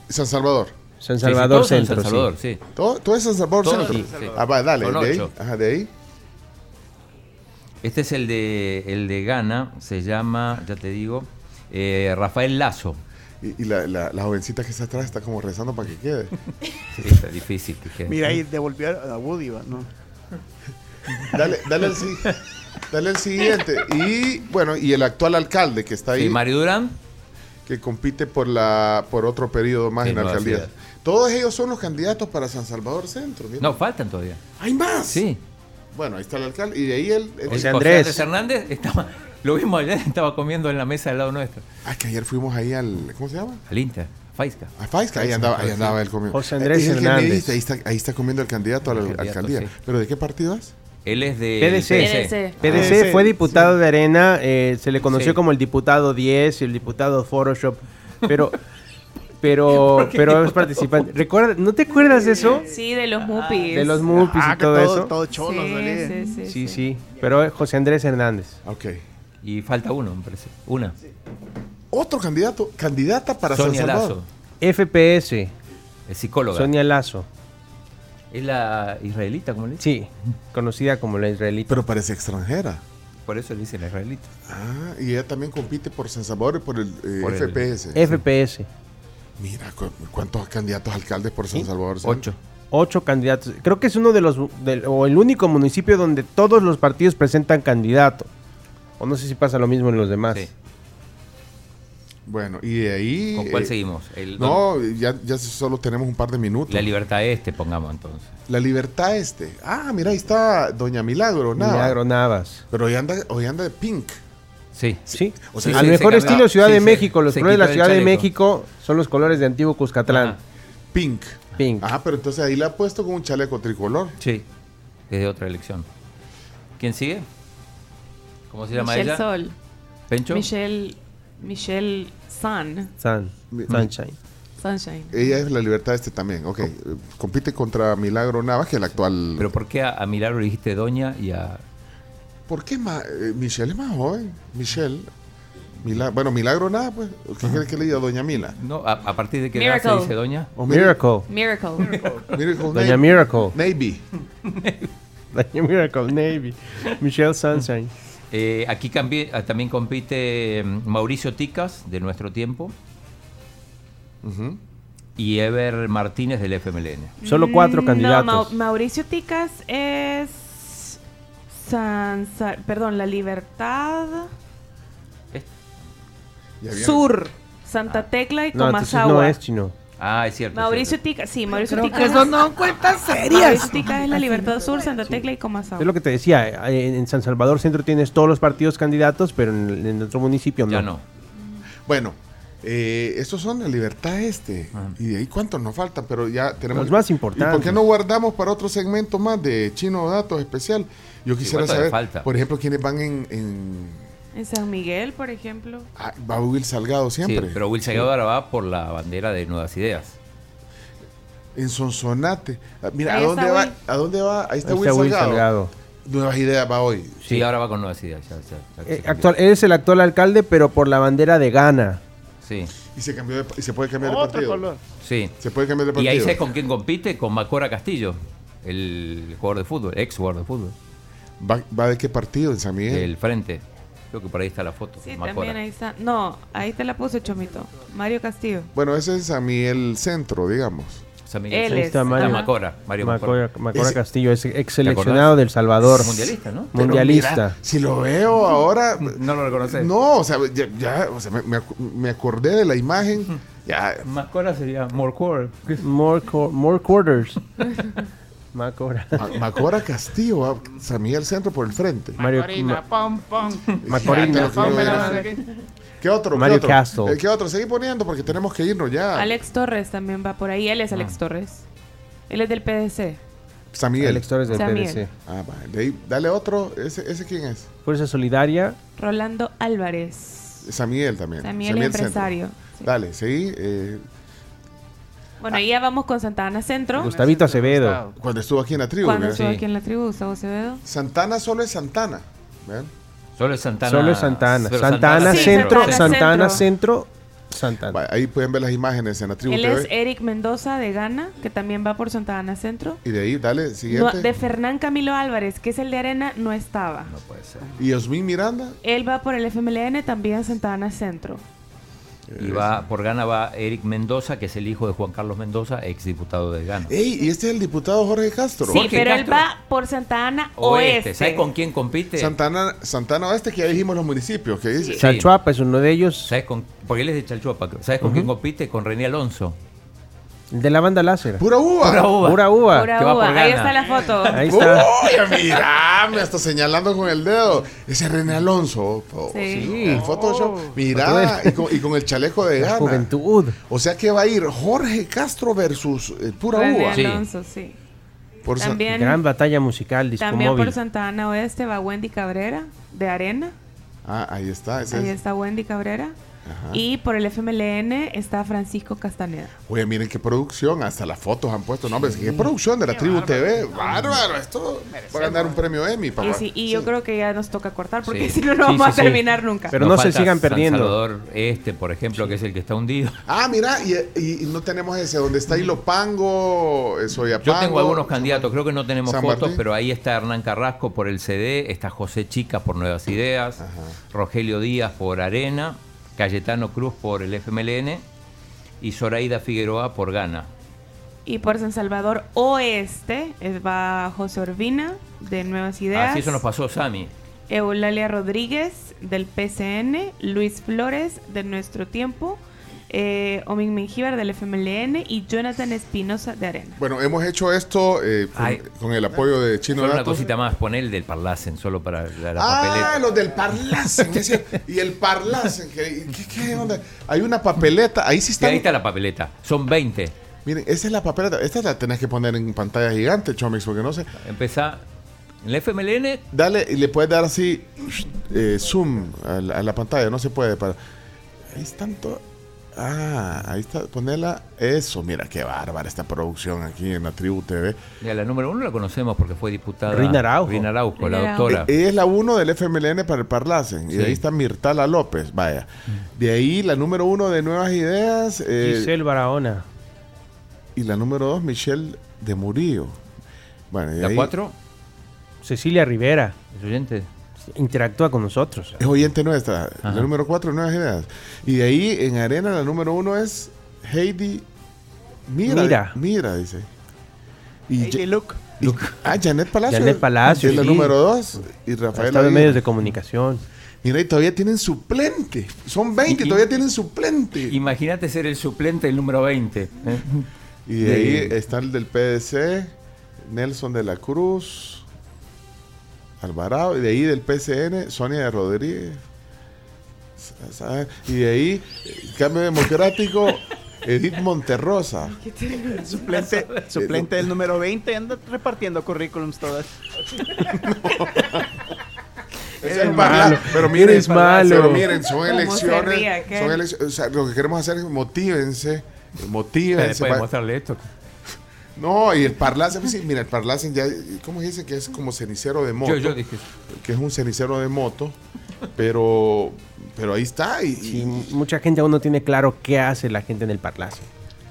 Speaker 3: San Salvador.
Speaker 5: San
Speaker 4: Sí, sí, Salvador todos son de Centro, San Salvador, sí. sí.
Speaker 3: Todo, todo es San Salvador
Speaker 4: Todos,
Speaker 3: Centro.
Speaker 4: sí, sí.
Speaker 3: Ah, va, dale.
Speaker 4: Son
Speaker 3: De ahí.
Speaker 4: ocho.
Speaker 3: Ajá, de ahí.
Speaker 4: Este es el de, el de Ghana, se llama, ya te digo, eh, Rafael Lazo.
Speaker 3: Y, y la, la- la jovencita que está atrás está como rezando para que quede.
Speaker 4: Sí, está difícil. que quede.
Speaker 7: Mira, ahí devolvió a Woody, va, ¿no?
Speaker 3: Dale, dale, el, si- dale el siguiente. Y bueno, y el actual alcalde que está ahí.
Speaker 4: Sí, Mario Durán.
Speaker 3: Que compite por la por otro periodo más
Speaker 4: Sí,
Speaker 3: en la
Speaker 4: no,
Speaker 3: alcaldía.
Speaker 4: así es.
Speaker 3: Todos ellos son los candidatos para San Salvador Centro. mira.
Speaker 4: No, faltan todavía.
Speaker 3: ¿Hay más?
Speaker 4: Sí.
Speaker 3: Bueno, ahí está el alcalde. Y de ahí el. el-
Speaker 4: José Andrés Hernández estaba, lo vimos ayer, estaba comiendo en la mesa al lado nuestro.
Speaker 3: Ah, que ayer fuimos ahí al. ¿Cómo se llama?
Speaker 4: Al Inter, a Faisca.
Speaker 3: A Faisca, ahí andaba, ahí andaba él comiendo. Eh,
Speaker 5: José Andrés
Speaker 3: Es el que me
Speaker 5: Hernández.
Speaker 3: diste, Ahí está, ahí está comiendo el candidato a la
Speaker 4: candidato,
Speaker 3: alcaldía.
Speaker 4: sí.
Speaker 3: ¿Pero de qué partido es?
Speaker 4: Él es de PDC.
Speaker 5: PDC. PDC fue diputado de Arena, eh, se le conoció
Speaker 4: Sí.
Speaker 5: como el diputado 10 y el diputado Photoshop, pero pero
Speaker 6: ¿Por qué
Speaker 5: pero es
Speaker 6: diputado?
Speaker 5: participante. Recuerda, ¿no te acuerdas de eso?
Speaker 6: Sí, de los Muppies.
Speaker 5: De los Muppies
Speaker 6: Ah,
Speaker 5: y
Speaker 6: que
Speaker 5: todo,
Speaker 6: todo-
Speaker 5: eso.
Speaker 6: todo cholo Sí, salía. sí, sí,
Speaker 5: sí, sí, pero eh, José Andrés Hernández.
Speaker 3: Ok.
Speaker 4: Y falta uno, me parece. Una.
Speaker 3: Otro candidato, candidata para
Speaker 4: Sonia
Speaker 3: San Salvador.
Speaker 4: Lazo,
Speaker 5: FPS,
Speaker 4: es psicóloga.
Speaker 5: Sonia Lazo.
Speaker 4: Es la israelita, como le dicen.
Speaker 5: Sí, conocida como la israelita.
Speaker 3: Pero parece extranjera.
Speaker 4: Por eso le dicen la israelita.
Speaker 3: Ah, y ella también compite por San Salvador y por el eh,
Speaker 4: Por el- E-
Speaker 3: FPS.
Speaker 5: FPS.
Speaker 3: Mira, cu- ¿cuántos candidatos alcaldes por San Salvador? son?
Speaker 4: Ocho.
Speaker 5: ocho candidatos. Creo que es uno de los, del- o el único municipio donde todos los partidos presentan candidato. O no sé si pasa lo mismo en los demás.
Speaker 3: Bueno, y de ahí... eh,
Speaker 4: ¿Con cuál seguimos? El-
Speaker 3: no, ya, ya solo tenemos un par de minutos.
Speaker 4: La libertad este, pongamos entonces.
Speaker 3: La libertad este. Ah, mira, ahí está Doña Milagro Navas.
Speaker 5: Milagro Navas.
Speaker 3: Pero hoy anda, hoy anda de pink.
Speaker 4: Sí.
Speaker 5: Sí.
Speaker 3: O sea,
Speaker 5: Al
Speaker 3: sí,
Speaker 5: mejor
Speaker 3: se
Speaker 5: estilo
Speaker 3: cambió.
Speaker 5: Ciudad
Speaker 3: Sí,
Speaker 5: de
Speaker 3: se-
Speaker 5: México. Los
Speaker 3: se
Speaker 5: colores de la
Speaker 3: quitó el
Speaker 5: Ciudad de
Speaker 3: chaleco.
Speaker 5: México son los colores de antiguo Cuscatlán.
Speaker 3: Pink.
Speaker 5: Pink.
Speaker 3: Ah, pero entonces ahí la ha puesto con un chaleco tricolor.
Speaker 4: Sí, desde otra elección. ¿Quién sigue? ¿Cómo se llama
Speaker 6: Michelle
Speaker 4: ella?
Speaker 6: Sol.
Speaker 4: ¿Pencho?
Speaker 6: Michelle, Michelle Sun.
Speaker 5: San. Sunshine.
Speaker 6: Sunshine.
Speaker 3: Ella es la libertad este también. Ok. eh, Compite contra Milagro Navas, que es la actual.
Speaker 4: ¿Pero por qué a, a Milagro le dijiste doña y a...
Speaker 3: ¿Por qué ma- eh, Michelle es más joven? Michelle. Mila- bueno, Milagro Navas, pues. ¿Qué crees que le diga Doña Mila?
Speaker 4: No, a, a partir de qué edad
Speaker 6: Miracle.
Speaker 4: se dice doña?
Speaker 3: O
Speaker 5: Miracle.
Speaker 6: Miracle.
Speaker 3: Miracle
Speaker 5: Doña
Speaker 3: Navy.
Speaker 5: Miracle.
Speaker 3: Navy.
Speaker 5: Doña Miracle Navy. Michelle Sunshine.
Speaker 4: Eh, aquí cambié- ah, también compite mm, Mauricio Ticas, de Nuestro Tiempo,
Speaker 3: Ujú.
Speaker 4: y Ever Martínez del FMLN.
Speaker 5: Solo cuatro
Speaker 6: Mm,
Speaker 5: candidatos.
Speaker 6: No, Mau- Mauricio Ticas es. San, San- perdón, La Libertad.
Speaker 3: Ya vieron.
Speaker 6: Sur. Santa Tecla y
Speaker 5: No, entonces
Speaker 6: Comasagua.
Speaker 5: no es chino.
Speaker 4: Ah, es cierto.
Speaker 6: Mauricio Ticas, sí, Mauricio
Speaker 15: Creo
Speaker 6: Ticas.
Speaker 15: que eso no cuentas serias.
Speaker 6: Mauricio Ticas es La Libertad Sur, Santa Tecla y Comasagua.
Speaker 5: Es lo que te decía, eh, en en San Salvador Centro tienes todos los partidos candidatos, pero en, en otro municipio no.
Speaker 3: Bueno, eh, estos son la libertad este.
Speaker 4: Ah.
Speaker 3: Y de ahí cuántos nos faltan, pero ya tenemos.
Speaker 5: Los más
Speaker 3: ¿Y ¿Por qué
Speaker 5: importantes.
Speaker 3: no guardamos para otro segmento más de Chino Datos especial? Yo quisiera
Speaker 4: ¿cuánto le
Speaker 3: saber,
Speaker 4: falta?
Speaker 3: por ejemplo, quiénes van en. en-
Speaker 6: En San Miguel, por ejemplo.
Speaker 3: ah, va Will Salgado
Speaker 4: Sí,
Speaker 3: siempre.
Speaker 4: pero Will Salgado ahora va por la bandera de Nuevas Ideas.
Speaker 3: En Sonsonate. Ah, Mira, ¿a
Speaker 4: Ahí
Speaker 3: dónde,
Speaker 4: está
Speaker 3: va,
Speaker 4: Will.
Speaker 3: ¿a dónde va? Ahí está,
Speaker 5: Ahí
Speaker 3: Will,
Speaker 5: está Will
Speaker 3: Salgado.
Speaker 5: Salgado.
Speaker 3: Nuevas ideas va hoy.
Speaker 4: Sí, ahora va con Nuevas Ideas. ya- ya- ya se
Speaker 5: Eh,
Speaker 4: cambió.
Speaker 5: actual, él es el actual alcalde, pero por la bandera de Ghana.
Speaker 4: Sí,
Speaker 3: Y se cambió de- y se puede cambiar de
Speaker 7: Otro
Speaker 3: partido.
Speaker 7: color.
Speaker 4: sí.
Speaker 3: Se puede cambiar de
Speaker 4: Y
Speaker 3: partido.
Speaker 4: ahí sabes con quién compite, con Macora Castillo, el jugador de fútbol, ex jugador de fútbol,
Speaker 3: ¿Va, va de qué partido en San Miguel?
Speaker 4: del frente. Creo que por ahí está la foto.
Speaker 6: Sí,
Speaker 4: Macora.
Speaker 6: también ahí está. No, ahí te la puse, Chomito. Mario Castillo.
Speaker 3: Bueno, ese es San Miguel Centro, digamos.
Speaker 4: San
Speaker 6: Miguel Él Centro. está Mario.
Speaker 4: Ah, Macora, Mario
Speaker 5: Macora,
Speaker 4: Macora.
Speaker 5: Macora
Speaker 4: Ese-
Speaker 5: Castillo es ex
Speaker 4: ¿Te acordás?
Speaker 5: seleccionado del Salvador.
Speaker 4: Mundialista, ¿no?
Speaker 3: Pero
Speaker 5: Mundialista.
Speaker 3: mira, si lo veo ahora. no
Speaker 4: lo reconoces.
Speaker 3: No, o sea, ya, ya, o sea, me, me acu- me acordé de la imagen. Ya.
Speaker 4: Macora sería Morcor.
Speaker 5: More, cor- more quarters. Macora.
Speaker 3: Ma- Macora Castillo, ah, San Miguel Centro por el frente.
Speaker 5: Mario-
Speaker 15: Corina, pom, pom.
Speaker 3: Macorina.
Speaker 15: Fíjate lo que yo era.
Speaker 3: ¿Qué otro?
Speaker 5: Mario
Speaker 3: ¿Qué otro?
Speaker 5: Castle.
Speaker 3: Eh, ¿Qué otro? Seguí poniendo porque tenemos que irnos
Speaker 4: Ah.
Speaker 3: ya.
Speaker 6: Alex Torres también va por ahí. Él es Alex Torres. Él es del PDC.
Speaker 3: San Miguel.
Speaker 5: Alex Torres del
Speaker 6: San
Speaker 5: PDC.
Speaker 6: Miguel.
Speaker 3: Ah, va, de ahí, dale otro. ¿Ese, ese quién es?
Speaker 5: Fuerza Solidaria.
Speaker 6: Rolando Álvarez.
Speaker 3: San Miguel también.
Speaker 6: San Miguel
Speaker 3: Centro.
Speaker 6: empresario,
Speaker 3: Dale, seguí. eh,
Speaker 6: Bueno, ahí ya vamos con Santa Ana Centro.
Speaker 5: Gustavito Acevedo.
Speaker 3: cuando estuvo aquí en la tribu.
Speaker 6: Cuando
Speaker 3: ¿verdad?
Speaker 6: estuvo aquí en la tribu, Gustavo Acevedo.
Speaker 3: Santana solo es Santana. ¿verdad?
Speaker 4: Solo es Santana.
Speaker 5: Solo es Santana.
Speaker 4: pero
Speaker 5: Santana
Speaker 6: Sí,
Speaker 5: Centro,
Speaker 6: Santana
Speaker 5: Santana Centro, Santana.
Speaker 3: Va, Ahí pueden ver las imágenes en la tribu
Speaker 6: Él
Speaker 3: TV.
Speaker 6: es Eric Mendoza de Ghana, que también va por Santa Ana Centro.
Speaker 3: Y de ahí, dale,
Speaker 6: No,
Speaker 3: siguiente.
Speaker 6: de Fernán Camilo Álvarez, que es el de Arena, no estaba.
Speaker 4: No puede ser.
Speaker 3: y Osmin Miranda.
Speaker 6: Él va por el FMLN, también Santa Ana Centro.
Speaker 4: Y va, por Gana va Eric Mendoza, que es el hijo de Juan Carlos Mendoza, ex diputado de Gana.
Speaker 3: Ey, y este es el diputado Jorge Castro.
Speaker 6: Sí, pero él va por Santa Ana Oeste.
Speaker 4: Oeste, este, ¿sabes con quién compite?
Speaker 3: Santana, Santana Oeste, que ya dijimos los municipios, que dice.
Speaker 5: Chalchuapa es uno de ellos.
Speaker 4: ¿Sabes con, porque él es de Chalchuapa. ¿Sabes con quién compite? Con René Alonso.
Speaker 5: El de la banda láser.
Speaker 3: Pura uva.
Speaker 4: Pura uva.
Speaker 5: Pura uva.
Speaker 6: Pura
Speaker 4: que va
Speaker 6: uva,
Speaker 4: por
Speaker 6: Ahí
Speaker 4: Ghana.
Speaker 6: está la foto.
Speaker 5: Ahí está.
Speaker 3: Oye, mira, me está señalando con el dedo. Ese René Alonso. po,
Speaker 6: Sí. Oh.
Speaker 3: sí, en Photoshop. Mira, y con, y con el chaleco de
Speaker 5: La
Speaker 3: gana.
Speaker 5: juventud.
Speaker 3: O sea que va a ir Jorge Castro versus eh, Pura
Speaker 6: René
Speaker 3: Uva.
Speaker 6: Alonso, sí.
Speaker 3: Por San-
Speaker 6: También,
Speaker 5: Gran batalla musical, disco
Speaker 6: también
Speaker 5: móvil.
Speaker 6: por Santa Ana Oeste va Wendy Cabrera de Arena.
Speaker 3: Ah, ahí está. ese
Speaker 6: Ahí
Speaker 3: es.
Speaker 6: está Wendy Cabrera.
Speaker 3: Ajá.
Speaker 6: Y por el FMLN está Francisco Castaneda.
Speaker 3: Oye, miren qué producción, hasta las fotos han puesto nombres. qué producción de la Tribu TV. Bárbaro, esto va a ganar un premio Emmy, papá.
Speaker 6: Y, Ah, sí, y yo creo que ya nos toca cortar porque
Speaker 4: Sí.
Speaker 6: si no, no
Speaker 4: Sí,
Speaker 6: vamos
Speaker 4: sí,
Speaker 6: a
Speaker 4: sí.
Speaker 6: terminar nunca.
Speaker 5: Pero
Speaker 4: Nos
Speaker 5: no se
Speaker 4: falta
Speaker 5: sigan
Speaker 4: San
Speaker 5: perdiendo.
Speaker 4: Salvador Este, por ejemplo, que es el que está hundido.
Speaker 3: Ah, mira, y, y- y no tenemos ese, donde está Ilopango, Eh, Soyapango.
Speaker 4: Yo tengo algunos candidatos, creo que no tenemos
Speaker 3: San
Speaker 4: fotos,
Speaker 3: Martín.
Speaker 4: pero ahí está Hernán Carrasco por el CD, está José Chica por Nuevas Ideas, Rogelio Díaz por Arena, Cayetano Cruz por el FMLN y Zoraida Figueroa por Gana.
Speaker 6: Y por San Salvador Oeste eh, va José Orvina de Nuevas Ideas.
Speaker 4: Así eso nos pasó Sami.
Speaker 6: Eulalia Rodríguez del PCN, Luis Flores de Nuestro Tiempo, eh, Omin Mengíbar del FMLN y Jonathan Espinosa de Arena.
Speaker 3: Bueno, hemos hecho esto eh, con,
Speaker 4: Ay.
Speaker 3: con el apoyo de Chino
Speaker 4: Solo una
Speaker 3: Datos.
Speaker 4: cosita más, pon el del Parlacen, solo para la, la
Speaker 3: Ah,
Speaker 4: papeleta.
Speaker 3: los del Parlacen. es cierto. y el Parlacen. que- ¿Qué, qué onda? Hay una papeleta. Ahí
Speaker 4: Y
Speaker 3: sí está.
Speaker 4: ahí está la papeleta. Son 20.
Speaker 3: Miren, esa es la papeleta. Esta la tenés que poner en pantalla gigante, Chomix, porque no sé.
Speaker 4: Empezá. En el FMLN.
Speaker 3: Dale, y le puedes dar así eh, zoom a la, a la pantalla. No se puede. Para... Ahí están todas. Ah, ahí está. Ponela. Eso, mira qué bárbara esta producción aquí en la Tribu TV.
Speaker 4: Ya, la número uno la conocemos porque fue diputada.
Speaker 3: Rina Araujo.
Speaker 4: Rina Araujo, la
Speaker 3: Ella
Speaker 4: doctora.
Speaker 3: Eh, es la uno del FMLN para el Parlacen. Y de
Speaker 4: Sí.
Speaker 3: ahí está Mirtala López, vaya. De ahí la número uno de Nuevas Ideas. eh,
Speaker 5: Mm. Giselle Barahona.
Speaker 3: Y la número dos, Michelle de Murillo. Bueno, y
Speaker 5: ¿La
Speaker 3: eh, ahí-
Speaker 5: cuatro? Cecilia Rivera.
Speaker 4: ¿Es oyente?
Speaker 5: Interactúa con nosotros.
Speaker 3: Es oyente nuestra.
Speaker 5: Ajá.
Speaker 3: La número cuatro, Nuevas Ideas. Y de ahí en Arena la número uno es Heidi Mira.
Speaker 5: Mira.
Speaker 3: Mira, dice. Y
Speaker 5: Heidi
Speaker 3: Ja- y- ah, Janet Palacio.
Speaker 5: Janet Palacio,
Speaker 3: Es la
Speaker 5: sí.
Speaker 3: número dos. Y
Speaker 5: Estaba
Speaker 3: Rafael.
Speaker 5: en
Speaker 3: Aguirre.
Speaker 5: medios de comunicación.
Speaker 3: Mira, y todavía tienen suplente. Son 20,
Speaker 4: Y- y-
Speaker 3: todavía tienen suplente.
Speaker 4: Imagínate ser el suplente del número 20. ¿eh?
Speaker 3: Y de ahí
Speaker 4: De-
Speaker 3: está el del PDC, Nelson de la Cruz, Alvarado, y de ahí del PCN, Sonia de Rodríguez. Sa- sa- Y de ahí, eh, Cambio Democrático, Edith Monterrosa.
Speaker 7: Suplente, suplente del número 20 anda repartiendo currículums todas.
Speaker 3: Es
Speaker 7: Eres
Speaker 3: el parla-
Speaker 7: malo.
Speaker 3: Pero miren,
Speaker 5: Eres malo.
Speaker 3: pero miren, son
Speaker 7: ¿Cómo se
Speaker 3: elecciones.
Speaker 7: ríe aquel?
Speaker 3: son elec- o sea, lo que queremos hacer es motívense.
Speaker 4: Después
Speaker 3: Motívense.
Speaker 4: de
Speaker 3: va-
Speaker 4: mostrarle esto.
Speaker 3: No, y el parlacen, pues sí, mira, el parlacen ya, ¿cómo dicen que es como cenicero de moto?
Speaker 4: Yo, yo dije.
Speaker 3: que es un cenicero de moto, pero, pero ahí está. Y,
Speaker 5: Sí, m- mucha gente aún no tiene claro qué hace la gente en el Parlacen.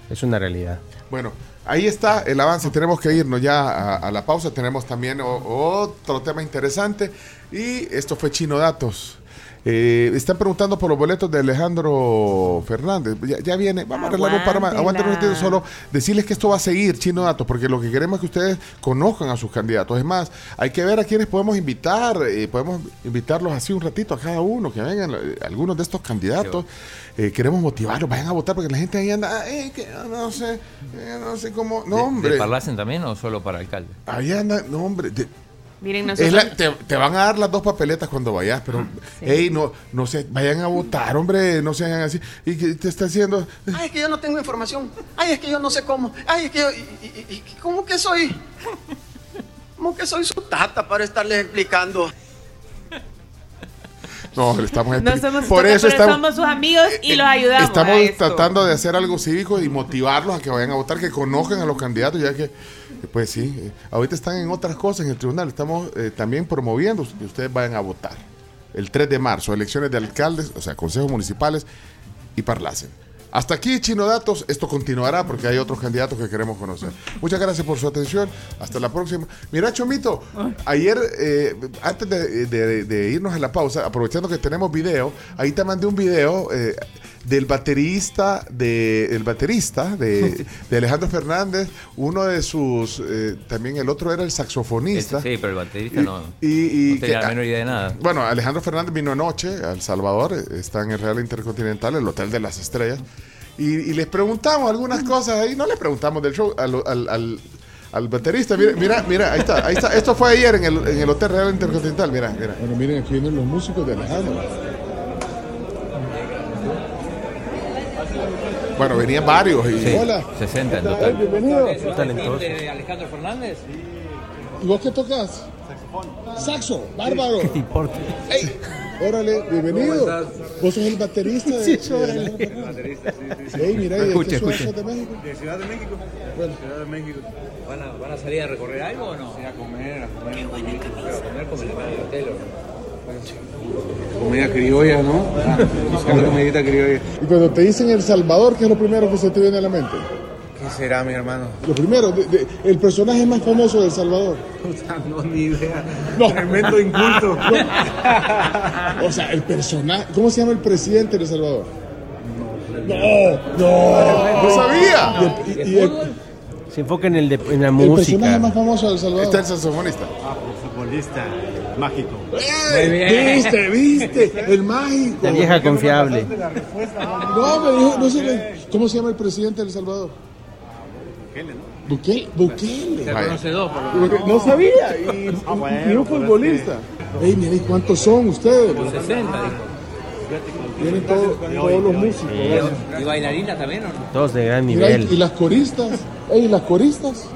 Speaker 5: Es una realidad.
Speaker 3: Bueno, ahí está el avance. Tenemos que irnos ya a, a la pausa. Tenemos también o- otro tema interesante. Y esto fue Chino Datos. Eh, están preguntando por los boletos de Alejandro Fernández. Ya, ya viene. Vamos a arreglar un par más.
Speaker 16: Aguántela.
Speaker 3: Aguanten un ratito solo. Decirles que esto va a seguir, Chino Datos, porque lo que queremos es que ustedes conozcan a sus candidatos. Es más, hay que ver a quienes podemos invitar. eh, podemos invitarlos así un ratito a cada uno, que vengan eh, algunos de estos candidatos. Eh, queremos motivarlos. Vayan a votar porque la gente ahí anda. "Ah, eh, que no sé, eh, no sé cómo. No,
Speaker 4: ¿De-
Speaker 3: hombre.
Speaker 4: ¿De Parlacen también o solo para alcalde?
Speaker 3: Ahí anda, no, hombre. de-
Speaker 6: Miren,
Speaker 3: es
Speaker 6: nosotros
Speaker 3: la- te, te van a dar las dos papeletas cuando vayas, pero,
Speaker 6: Ah,
Speaker 3: hey, no, no se vayan a votar, hombre, no se hagan así. ¿Y qué te está haciendo?
Speaker 17: Ay, es que yo no tengo información. Ay, es que yo no sé cómo. Ay, es que yo. y- y- y- ¿Cómo que soy? ¿Cómo que soy su tata para estarles explicando?
Speaker 3: No, le estamos
Speaker 6: no
Speaker 3: expli-
Speaker 6: somos,
Speaker 3: Por eso
Speaker 6: pero
Speaker 3: estamos,
Speaker 6: somos sus amigos y los ayudamos.
Speaker 3: eh, estamos
Speaker 6: a esto.
Speaker 3: tratando de hacer algo cívico y motivarlos a que vayan a votar, que conozcan a los candidatos, ya que, pues sí, eh, ahorita están en otras cosas en el tribunal. Estamos eh, también promoviendo que ustedes vayan a votar. El 3 de marzo, elecciones de alcaldes, o sea, consejos municipales y parlacen. Hasta aquí, Chino Datos. Esto continuará porque hay otros candidatos que queremos conocer. Muchas gracias por su atención. Hasta la próxima. Mira, Chomito, ayer, eh, antes de, de- de irnos a la pausa, aprovechando que tenemos video, ahí te mandé un video eh, del baterista de, el baterista de, de Alejandro Fernández, uno de sus, eh, también el otro era el saxofonista.
Speaker 4: Este, Sí, pero el baterista no.
Speaker 3: Y, y
Speaker 4: no tenía
Speaker 3: que-
Speaker 4: la menor idea de nada.
Speaker 3: bueno, Alejandro Fernández vino anoche a El Salvador, eh, está en el Real Intercontinental, el Hotel de las Estrellas, y, y les preguntamos algunas cosas ahí, no le preguntamos del show, al, al- al- al baterista, mira, mira, mira, ahí está, ahí está, esto fue ayer en el, en el Hotel Real Intercontinental, mira, mira. Bueno, miren, aquí vienen los músicos de Alejandro. Bueno, venían varios y...
Speaker 4: Sí, 60 en total.
Speaker 3: Talentoso.
Speaker 4: de Alejandro Fernández?
Speaker 3: ¿Y vos qué tocas? Saxo, bárbaro. ¿Qué te importa? órale, bienvenido. Vos sos el baterista de.
Speaker 18: Sí, órale.
Speaker 3: baterista, sí, sí. Ey, mira, ¿y de
Speaker 18: Escuche,
Speaker 3: qué ciudad
Speaker 18: escuche.
Speaker 3: sos de México?
Speaker 18: De Ciudad de México. Bueno. Ciudad de México. ¿Van a, ¿Van a salir a recorrer algo o no? Sí, a comer, a comer. Qué buena camisa. A comer como en el hotel Comida criolla, ¿no? Buscar comidita criolla.
Speaker 3: Ah. Y cuando te dicen El Salvador, ¿qué es lo primero que se te viene a la mente?
Speaker 18: ¿Qué será, mi hermano?
Speaker 3: Lo primero, de- de- el personaje más famoso de El Salvador.
Speaker 18: No, ni idea.
Speaker 3: No.
Speaker 18: Tremendo inculto.
Speaker 3: O sea, el personaje. ¿Cómo se llama el presidente de El Salvador? No, no,
Speaker 18: No
Speaker 3: sabía.
Speaker 18: ¿Y el-
Speaker 3: Y el,
Speaker 5: Se enfoca en, el de- en la
Speaker 16: El personaje
Speaker 5: música.
Speaker 16: más famoso del Salvador.
Speaker 5: Está el
Speaker 3: saxofonista.
Speaker 16: Ah, futbolista mágico.
Speaker 5: Muy bien.
Speaker 16: Viste, viste, el mágico.
Speaker 5: La vieja confiable.
Speaker 16: No, me dijo, no sé, ¿cómo se llama el presidente del Salvador? Bukele, Bukele.
Speaker 18: Te conoce dos, por lo
Speaker 16: Lo que-
Speaker 18: menos.
Speaker 16: No sabía. Y,
Speaker 18: Ah, bueno,
Speaker 16: y un
Speaker 18: pero
Speaker 16: futbolista. Ey, mira, ¿y cuántos son ustedes?
Speaker 18: Como
Speaker 4: Pues,
Speaker 18: 60, dijo.
Speaker 16: Vienen todos, todos los músicos. ¿verdad?
Speaker 18: ¿Y bailarina también o no?
Speaker 5: Todos de gran
Speaker 16: Mira, y, y
Speaker 5: nivel.
Speaker 16: las coristas. Ey, ¿y las coristas?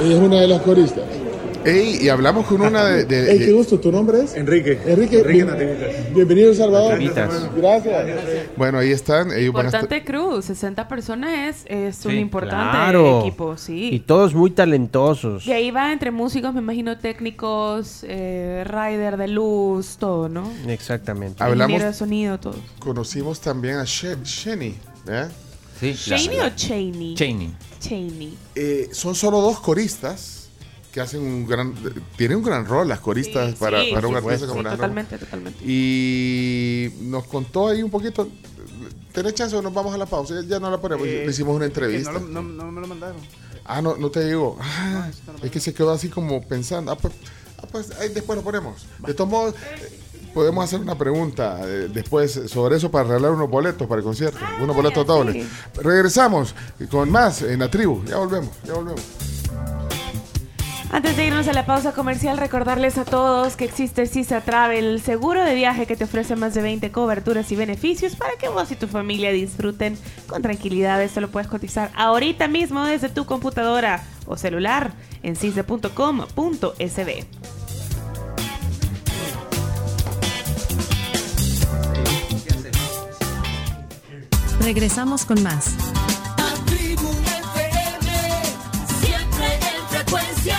Speaker 16: Ella es una de las coristas.
Speaker 3: Ey, y hablamos con una de. de-
Speaker 16: Ey,
Speaker 3: de-
Speaker 16: qué gusto, ¿tu nombre es? Enrique. Enrique, bien- bienvenido a El Salvador.
Speaker 3: Nativitas.
Speaker 16: Gracias.
Speaker 3: bueno, ahí están. Ellos van a estar-
Speaker 6: Importante crew, 60 personas es, es un
Speaker 5: Sí,
Speaker 6: importante equipo, sí.
Speaker 5: Y todos muy talentosos.
Speaker 6: Y ahí va entre músicos, me imagino, técnicos, eh, rider de luz, todo, ¿no?
Speaker 5: Exactamente.
Speaker 6: Ingeniero de sonido, todo.
Speaker 3: Conocimos también a She- Sheni. ¿eh?
Speaker 4: Sí,
Speaker 6: ¿Shaney o Cheney?
Speaker 4: Cheney.
Speaker 6: Cheney.
Speaker 3: Eh, son solo dos coristas que hacen un gran. Tienen un gran rol las coristas
Speaker 6: Sí,
Speaker 3: para,
Speaker 6: sí,
Speaker 3: para un
Speaker 6: sí,
Speaker 3: artista
Speaker 6: sí,
Speaker 3: como
Speaker 6: sí,
Speaker 3: Leandro.
Speaker 6: totalmente, totalmente.
Speaker 3: Y nos contó ahí un poquito. ¿Tenés chance o nos vamos a la pausa? Ya, ya no la ponemos.
Speaker 7: Eh,
Speaker 3: pues, Le hicimos una
Speaker 7: es que
Speaker 3: entrevista.
Speaker 7: No, lo- no- no me lo mandaron.
Speaker 3: Ah, no, no te llegó. Ah, es que se quedó así como pensando. Ah, pues, ah, pues, ahí después lo ponemos. De todos modos, eh, podemos hacer una pregunta eh, después sobre eso para arreglar unos boletos para el concierto. unos boletos dobles. Regresamos con más en la tribu. Ya volvemos, ya volvemos.
Speaker 6: Antes de irnos a la pausa comercial, recordarles a todos que existe CISA Travel, el seguro de viaje que te ofrece más de 20 coberturas y beneficios para que vos y tu familia disfruten con tranquilidad. Esto lo puedes cotizar ahorita mismo desde tu computadora o celular en cisa.com.sb.
Speaker 1: Regresamos con más.
Speaker 2: La tribu FM, siempre en frecuencia.